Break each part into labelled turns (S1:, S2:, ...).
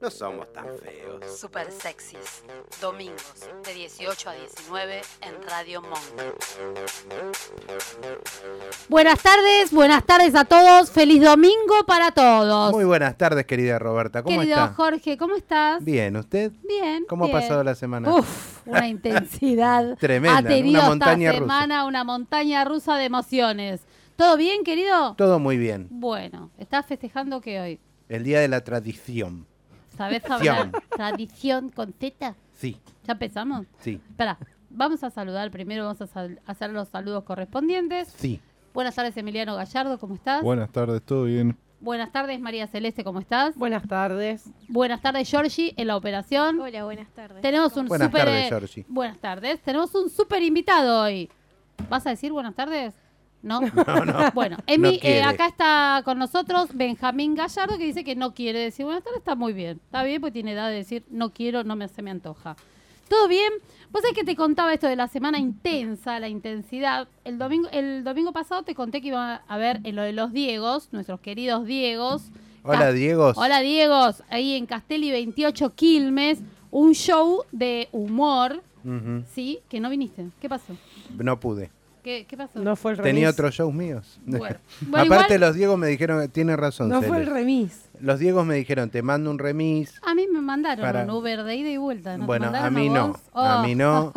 S1: no somos tan feos.
S2: Super sexys. Domingos de 18 a 19 en Radio Monk.
S3: Buenas tardes, buenas tardes a todos. Feliz domingo para todos.
S1: Muy buenas tardes, querida Roberta, ¿cómo
S3: Querido
S1: está?
S3: Jorge, ¿cómo estás?
S1: Bien, ¿usted?
S3: Bien,
S1: ¿Cómo
S3: bien.
S1: ha pasado la semana?
S3: Uf, una intensidad.
S1: Tremenda,
S3: Ha tenido
S1: una montaña
S3: esta semana una montaña rusa de emociones. ¿Todo bien, querido?
S1: Todo muy bien.
S3: Bueno, ¿estás festejando qué hoy?
S1: El día de la tradición.
S3: ¿Sabés
S1: Tradición.
S3: hablar tradición con teta?
S1: Sí,
S3: ¿Ya empezamos?
S1: sí,
S3: Espera, vamos a saludar primero, vamos a sal- hacer los saludos correspondientes.
S1: sí.
S3: Buenas tardes, Emiliano Gallardo, ¿cómo estás?
S4: Buenas tardes, ¿todo bien?
S3: Buenas tardes, María Celeste, ¿cómo estás?
S5: Buenas tardes.
S3: Buenas tardes, Georgie, en la operación.
S6: Hola, buenas tardes.
S3: Tenemos un
S1: Buenas
S3: super.
S1: tardes, Georgie.
S3: Buenas tardes. Tenemos un super invitado hoy. ¿Vas a decir buenas tardes? No. No, no. Bueno, Emi, eh,
S1: quiere.
S3: acá está con nosotros Benjamín Gallardo que dice que no quiere decir buenas tardes. Está muy bien. Está bien porque tiene edad de decir no quiero, no me, se me antoja. ¿Todo bien? Vos sabés que te contaba esto de la semana intensa, la intensidad. El domingo, el domingo pasado te conté que iba a ver en lo de los Diegos, nuestros queridos Diegos.
S1: Hola,
S3: Cas-
S1: Diego.
S3: Ah, Hola Diegos, ahí en Castelli 28 Quilmes, un show de humor,
S1: Ujú,
S3: ¿sí? Que no viniste. ¿Qué pasó?
S1: No pude.
S3: ¿Qué, qué pasó?
S5: No fue el remis.
S1: Tenía otros shows míos.
S3: Bueno. Bueno,
S1: Aparte,
S3: igual-
S1: los Diegos me dijeron, tiene razón.
S5: No fue el
S1: Celes.
S5: remis.
S1: Los Diegos me dijeron, te mando un remis.
S3: A mí me mandaron
S1: Para-
S3: un Uber de ida y vuelta. ¿no? ¿Te
S1: bueno, a
S3: mandaron
S1: mí no.
S3: vos?
S1: A
S3: Oh.
S1: mí no.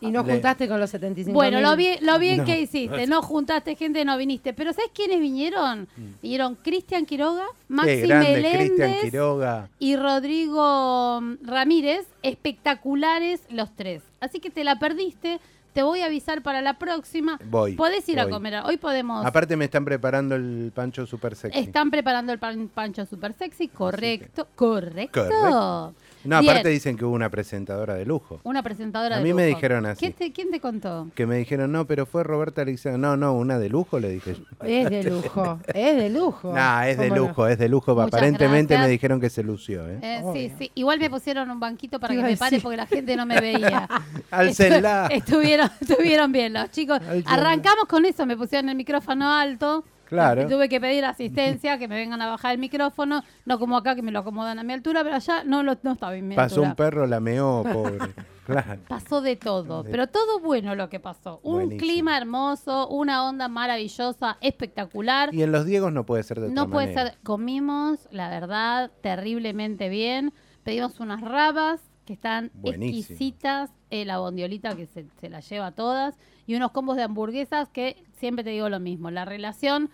S5: Y no
S1: Le-
S5: juntaste con los 75.
S3: Bueno, lo bien, lo bien
S1: No.
S3: que hiciste, no juntaste gente, no viniste. Pero ¿sabes quiénes vinieron? Vinieron Cristian Quiroga, Maxi
S1: Mm. Qué grande, Cristian
S3: Meléndez
S1: Quiroga.
S3: y Rodrigo mm, Ramírez, espectaculares los tres. Así que te la perdiste, te voy a avisar para la próxima.
S1: Voy,
S3: Podés ir a
S1: voy.
S3: comer, hoy podemos.
S1: Aparte me están preparando el pancho super sexy.
S3: Están preparando el pan- pancho super sexy, correcto, correcto.
S1: Correcto. No,
S3: Bien.
S1: aparte dicen que hubo una presentadora de lujo.
S3: Una presentadora
S1: A
S3: de
S1: mí me
S3: lujo.
S1: dijeron así.
S3: ¿Quién te, quién te contó?
S1: Que me dijeron, no, pero fue Roberta Alexander. No, no, una de lujo, le dije yo.
S5: Es de lujo. Es de lujo.
S1: Nah, es de
S5: ¿Cómo no?
S1: lujo, es de lujo.
S3: Muchas
S1: Aparentemente
S3: gracias.
S1: me dijeron que se lució, ¿eh?
S3: Eh, sí,
S5: Obvio.
S3: sí. Igual me pusieron un banquito para
S5: Te
S3: que
S5: iba a
S3: me pare
S5: decir.
S3: porque la gente no me veía.
S1: Alcenla.
S3: Estuvieron, estuvieron bien los chicos.
S1: Alcenla.
S3: Arrancamos con eso, me pusieron el micrófono alto.
S1: Claro.
S3: Tuve que pedir asistencia, que me vengan a bajar el micrófono. No como acá, que me lo acomodan a mi altura, pero allá no, lo, no estaba en mi
S1: Pasó
S3: altura.
S1: un perro, la meó, pobre. Claro.
S3: Pasó de todo, pero todo bueno lo que pasó. Un
S1: Buenísimo.
S3: clima hermoso, una onda maravillosa, espectacular.
S1: Y en los Diegos no puede ser de otra
S3: No puede
S1: manera.
S3: ser, comimos, la verdad, terriblemente bien. Pedimos unas rabas que están
S1: Buenísimo.
S3: exquisitas, eh, la bondiolita que se, se la lleva a todas, y unos combos de hamburguesas que siempre te digo lo mismo, la relación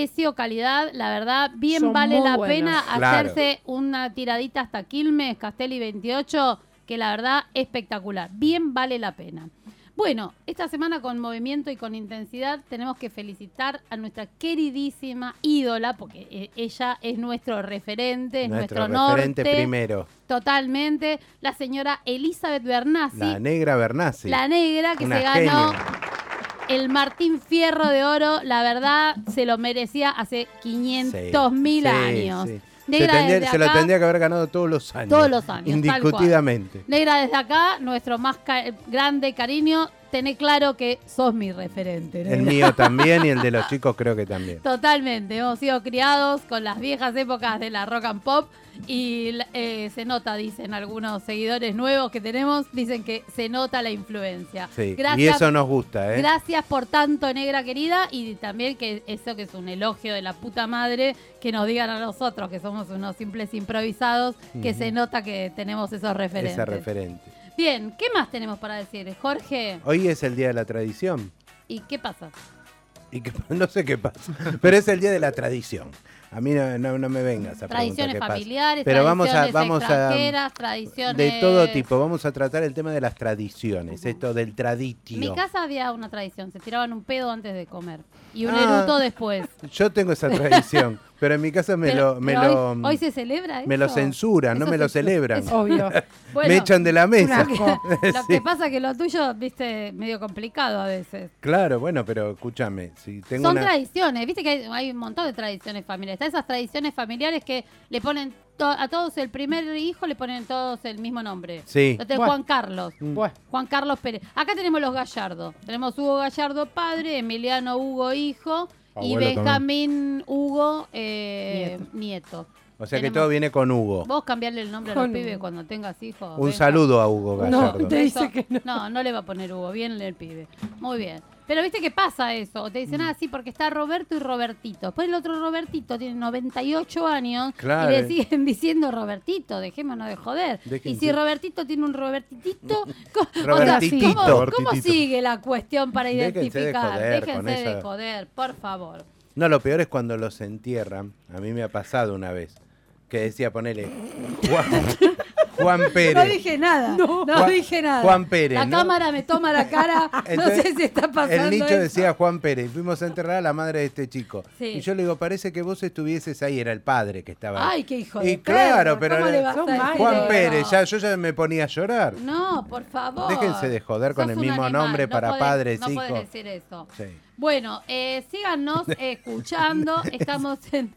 S3: precio-calidad, la verdad, bien
S5: Son
S3: vale
S5: muy
S3: la
S5: buenos.
S3: pena
S1: Claro.
S3: hacerse una tiradita hasta Quilmes, Castelli 28, que la verdad espectacular, bien vale la pena. Bueno, esta semana con movimiento y con intensidad tenemos que felicitar a nuestra queridísima ídola, porque eh, ella es nuestro referente, este es nuestro,
S1: Nuestro referente
S3: norte,
S1: primero,
S3: totalmente, la señora Elizabeth Bernassi,
S1: la
S3: la,
S1: negra Bernasi.
S3: negra que
S1: Una
S3: se ganó
S1: genia.
S3: el Martín Fierro de Oro, la verdad se lo merecía hace 500 mil
S1: Sí,
S3: años.
S1: sí. Se,
S3: Negra
S1: tendría-
S3: desde
S1: se lo
S3: acá-
S1: tendría que haber ganado todos los años.
S3: Todos los años, tal cual.
S1: Indiscutidamente.
S3: Negra, desde acá, nuestro más ca- grande cariño, tené claro que sos mi referente.
S1: El
S3: negra.
S1: mío también y el de los chicos creo que también.
S3: Totalmente, hemos sido criados con las viejas épocas de la rock and pop y l- eh, se nota, dicen algunos seguidores nuevos que tenemos, dicen que se nota la influencia.
S1: Sí,
S3: Gracias,
S1: y eso nos gusta, ¿eh?
S3: gracias por tanto, negra querida, y también que eso que es un elogio de la puta madre, que nos digan a nosotros que somos unos simples improvisados, que se nota que tenemos esos referentes.
S1: Ese referente.
S3: Bien, ¿qué más tenemos para decir, Jorge?
S1: Hoy es el día de la tradición.
S3: ¿Y qué pasa?
S1: Y que- no sé qué pasa, pero es el día de la tradición. A mí no, no- no me vengas a
S3: Tradiciones
S1: preguntar qué pasa.
S3: familiares,
S1: Pero vamos a,
S3: tradiciones
S1: vamos a
S3: extranjeras, tradiciones...
S1: de todo tipo, vamos a tratar el tema de las tradiciones, esto del
S3: En mi
S1: traditio.
S3: casa había una tradición, se tiraban un pedo antes de comer y un
S1: Ah.
S3: eruto después.
S1: Yo tengo esa tradición, pero en mi casa me
S3: Pero-
S1: lo me
S3: pero
S1: lo
S3: hoy, hoy se celebra
S1: me lo
S3: eso?
S1: censuran, no
S3: Eso
S1: me lo
S3: se-
S1: celebran.
S3: eso-
S5: Obvio.
S3: Bueno,
S1: me echan de la mesa.
S5: asco.
S3: Lo que pasa que lo tuyo, viste, medio complicado a veces.
S1: Claro, bueno, pero escúchame, si tengo
S3: Son
S1: una
S3: tradiciones, viste que hay, hay un montón de tradiciones familiares. Están esas tradiciones familiares que le ponen to- a todos el primer hijo le ponen todos el mismo nombre.
S1: Sí. Mm.
S3: Lo tengo
S5: Bueno.
S3: Juan Carlos.
S5: Bueno,
S3: Juan Carlos Pérez. Acá tenemos los Gallardo. Tenemos Hugo Gallardo padre, Emiliano Hugo hijo y
S4: Abuelo
S3: Benjamín Hugo eh, nieto.
S1: O sea que
S3: Tenemos-
S1: todo viene con Hugo.
S3: Vos cambiarle el nombre a los
S5: Con-
S3: pibes cuando tengas hijos.
S1: Un
S3: Benja.
S1: saludo a Hugo
S5: No,
S1: Gallardo.
S5: te- dice
S3: Eso-
S5: que
S3: no. no, le va a poner Hugo, bien el pibe. Muy bien. Pero viste que pasa eso, o te dicen,
S1: Mm.
S3: ah, sí, porque está Roberto y Robertito. Después el otro Robertito tiene 98 años
S1: Claro.
S3: y le siguen diciendo Robertito, dejémonos de joder.
S1: Dejen-
S3: Y si Robertito tiene un Robertitito, co- o sea,
S1: Robertitito.
S3: ¿cómo, cómo
S4: Robertitito.
S3: sigue la cuestión para
S1: Déjense de
S3: identificar?
S1: joder con
S3: Déjense de
S1: esa-
S3: joder, por favor.
S1: No, lo peor es cuando los entierran. A mí me ha pasado una vez. Que decía, ponele, Juan, Juan Pérez.
S6: No dije nada. No,
S1: Juan-
S6: dije nada.
S1: Juan Pérez.
S3: La
S1: ¿no?
S3: cámara me toma la cara,
S1: Entonces,
S6: no sé si está pasando.
S1: El nicho
S6: eso.
S1: decía Juan Pérez. Fuimos a enterrar a la madre de este chico.
S3: Sí.
S1: Y yo le digo, parece que vos estuvieses ahí. Era el padre que estaba ahí.
S6: Ay, qué hijo
S1: Y
S6: de perro,
S1: claro, pero
S6: ¿cómo
S1: le-
S6: le vas a
S5: son
S6: decir
S5: malos.
S1: Juan
S3: Pero-
S6: eso?
S1: Pérez, ya, yo ya me ponía a llorar.
S3: No, por favor.
S1: Déjense de joder con
S3: Sos
S1: el
S3: un
S1: mismo
S3: animal,
S1: nombre
S3: no
S1: para
S3: podés-
S1: padres,
S3: No podés
S1: hijos.
S3: decir eso.
S1: Sí.
S3: Bueno, eh, síganos eh, escuchando. Estamos en,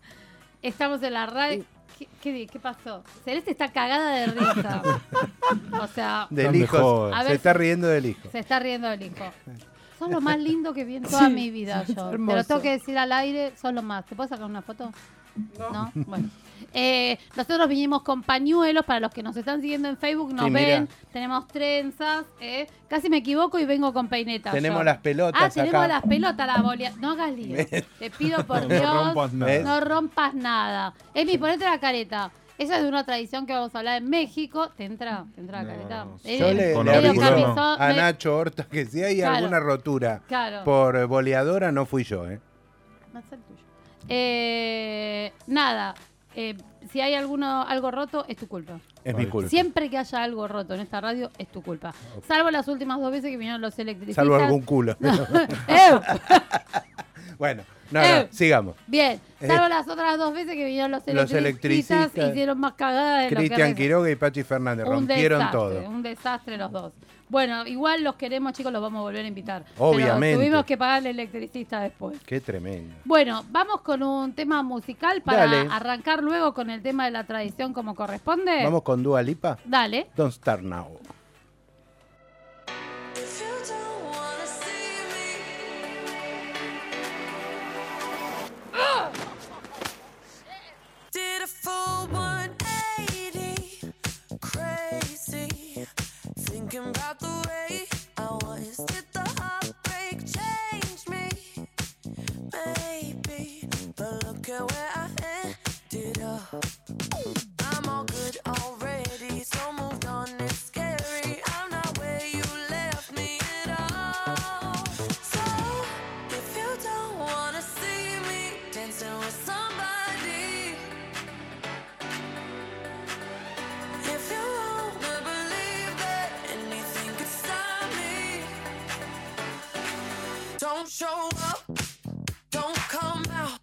S3: estamos en la radio. ¿Qué, qué, di- qué pasó? Celeste está cagada de risa. O sea,
S1: Del
S4: Dame
S1: hijo.
S4: joder.
S3: A
S1: Se
S3: ver-
S1: está riendo del hijo.
S3: se está riendo el hijo. Sos lo más lindo que vi en toda
S5: Sí,
S3: mi vida yo. Te lo
S5: hermoso.
S3: tengo que decir al aire, sos lo más. ¿Te puedo sacar una foto? No. Bueno. Eh, nosotros vinimos con pañuelos, para los que nos están siguiendo en Facebook, nos
S1: Sí, mirá.
S3: ven, tenemos trenzas, eh. casi me equivoco y vengo con peineta.
S1: Tenemos
S3: yo.
S1: las pelotas
S3: Ah, tenemos
S1: acá.
S3: las pelotas, la bolia. No hagas lío. Te pido por Dios,
S4: No rompas nada.
S1: ¿Ves?
S3: no rompas nada. Emi, ponete la careta. Esa es de una tradición que vamos a hablar en México. ¿Te entra? ¿Te entra la
S4: No,
S3: careta?
S4: no,
S3: Eh,
S1: Yo le,
S4: Con
S1: le
S4: auricular,
S1: aviso
S4: no.
S3: camisón,
S1: a
S3: me-
S1: Nacho Horta que si hay
S3: Claro.
S1: alguna rotura
S3: Claro.
S1: por boleadora, no fui yo, ¿eh?
S3: No es el tuyo. Eh, nada, eh, si hay alguno, algo roto, es tu culpa.
S1: Es
S4: Vale.
S1: mi culpa.
S3: Siempre que haya algo roto en esta radio, es tu culpa. Salvo las últimas dos veces que vinieron los electricistas. Eh,
S1: Salvo algún culo.
S3: ¡Ew!
S1: bueno, no,
S3: Eh.
S1: no, sigamos.
S3: Bien, salvo
S1: Eh.
S3: las otras dos veces que vinieron los
S1: Los
S3: electricistas.
S1: electricistas.
S3: Hicieron más cagadas de lo que
S1: Cristian
S3: rezan.
S1: Quiroga y Pachi Fernández
S3: Un
S1: rompieron
S3: desastre,
S1: todo.
S3: Un desastre los dos. Bueno, igual los queremos, chicos, los vamos a volver a invitar.
S1: Obviamente.
S3: Pero tuvimos que pagarle electricista después.
S1: Qué tremendo.
S3: Bueno, vamos con un tema musical para
S1: Dale.
S3: arrancar luego con el tema de la tradición como corresponde.
S1: Vamos con Dua Lipa.
S3: Dale.
S1: Don't start now.
S7: If you don't wanna see me, did a full 180, crazy, thinking about the way I was. Did the heartbreak change me? Maybe, but look at where I ended up. I'm all good already, so moved on. It's scary. I'm not where you left me at all. So if you don't wanna see me dancing with somebody, if you wanna believe that anything could stop me, don't show up, don't come out.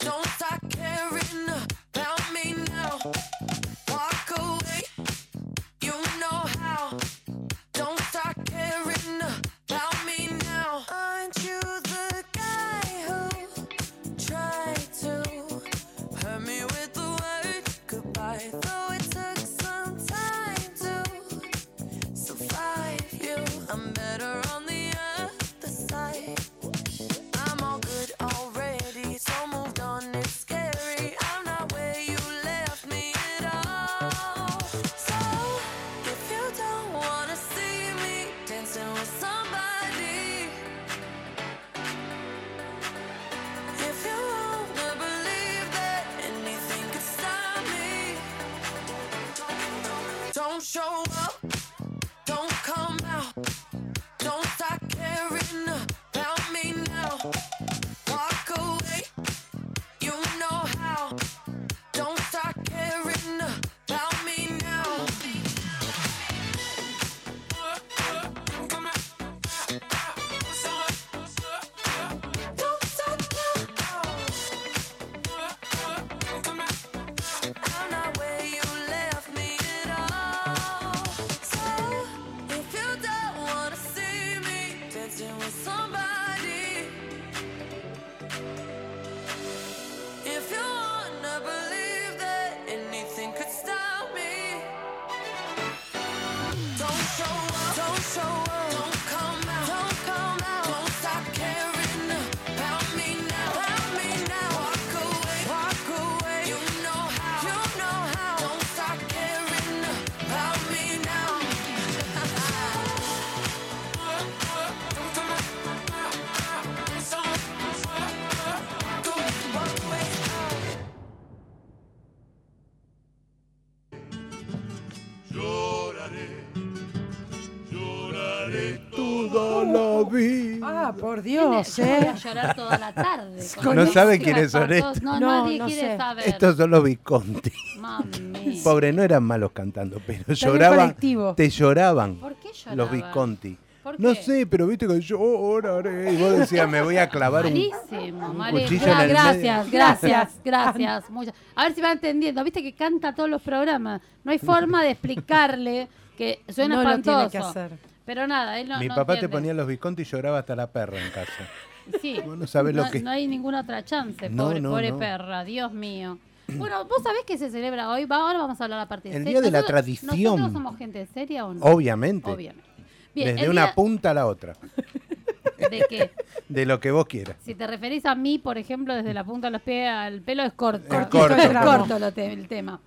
S7: Don't start caring about me now. Walk away, you know how. Don't start caring about me now. Aren't you the guy who tried to hurt me with the word goodbye? Though it took some time to survive you, I'm better on the other side. I'm all good already, so moved on. It's scary. I'm not where you left me at all. So if you don't wanna see me dancing with somebody, if you wanna believe that anything could stop me, don't show up, don't come out. Don't start caring about me now. Walk away, you know how. Don't start caring about me now. Don't start caring. I'm not where you left me at all. So
S4: lloraré, lloraré
S1: Todo lo vi.
S5: Ah, por
S3: Yo
S5: Dios,
S3: voy
S5: ¿eh?
S3: a llorar toda la tarde. con
S1: No
S3: estos
S1: saben quiénes son
S3: infartos.
S1: estos.
S3: No,
S5: No,
S3: nadie
S5: no
S3: quiere
S5: sé.
S3: saber.
S1: Estos son los Visconti.
S3: Mami.
S1: Pobre, no eran malos cantando, pero
S5: Salió
S1: lloraban.
S5: colectivo.
S1: Te lloraban.
S3: ¿Por qué lloraban?
S1: Los Visconti.
S3: ¿Por
S1: No
S3: qué?
S1: sé, pero viste que lloraré. Y vos decías, me voy a clavar un.
S3: Malísimo, malísimo.
S1: cuchillo en
S3: Ah,
S1: el
S3: gracias,
S1: medio.
S3: gracias, gracias. muchas. A ver si va entendiendo. Viste que canta todos los programas. No hay forma de explicarle que suena
S5: No lo
S3: espantoso.
S5: tiene que hacer.
S3: Pero nada, él no
S1: Mi
S3: no
S1: papá te
S3: entiende.
S1: ponía los Visconti y lloraba hasta la perra en casa.
S3: Sí.
S1: Vos no sabés lo
S3: No-
S1: que-
S3: no hay ninguna otra chance,
S1: No,
S3: pobre,
S1: no,
S3: pobre
S1: no.
S3: perra, Dios mío. Bueno, vos sabés que se celebra hoy, va, ahora vamos a hablar a partir
S1: El Día de la Tradición.
S3: ¿Nosotros somos gente seria o no?
S1: Obviamente.
S3: Obviamente. Bien,
S1: Desde
S3: el
S1: una
S3: día
S1: punta a la otra.
S3: de que
S1: De lo que vos quieras.
S3: si te referís a mí, por ejemplo, desde la punta de los pies al pelo es corto.
S1: Es corto.
S3: Es corto lo te- el tema.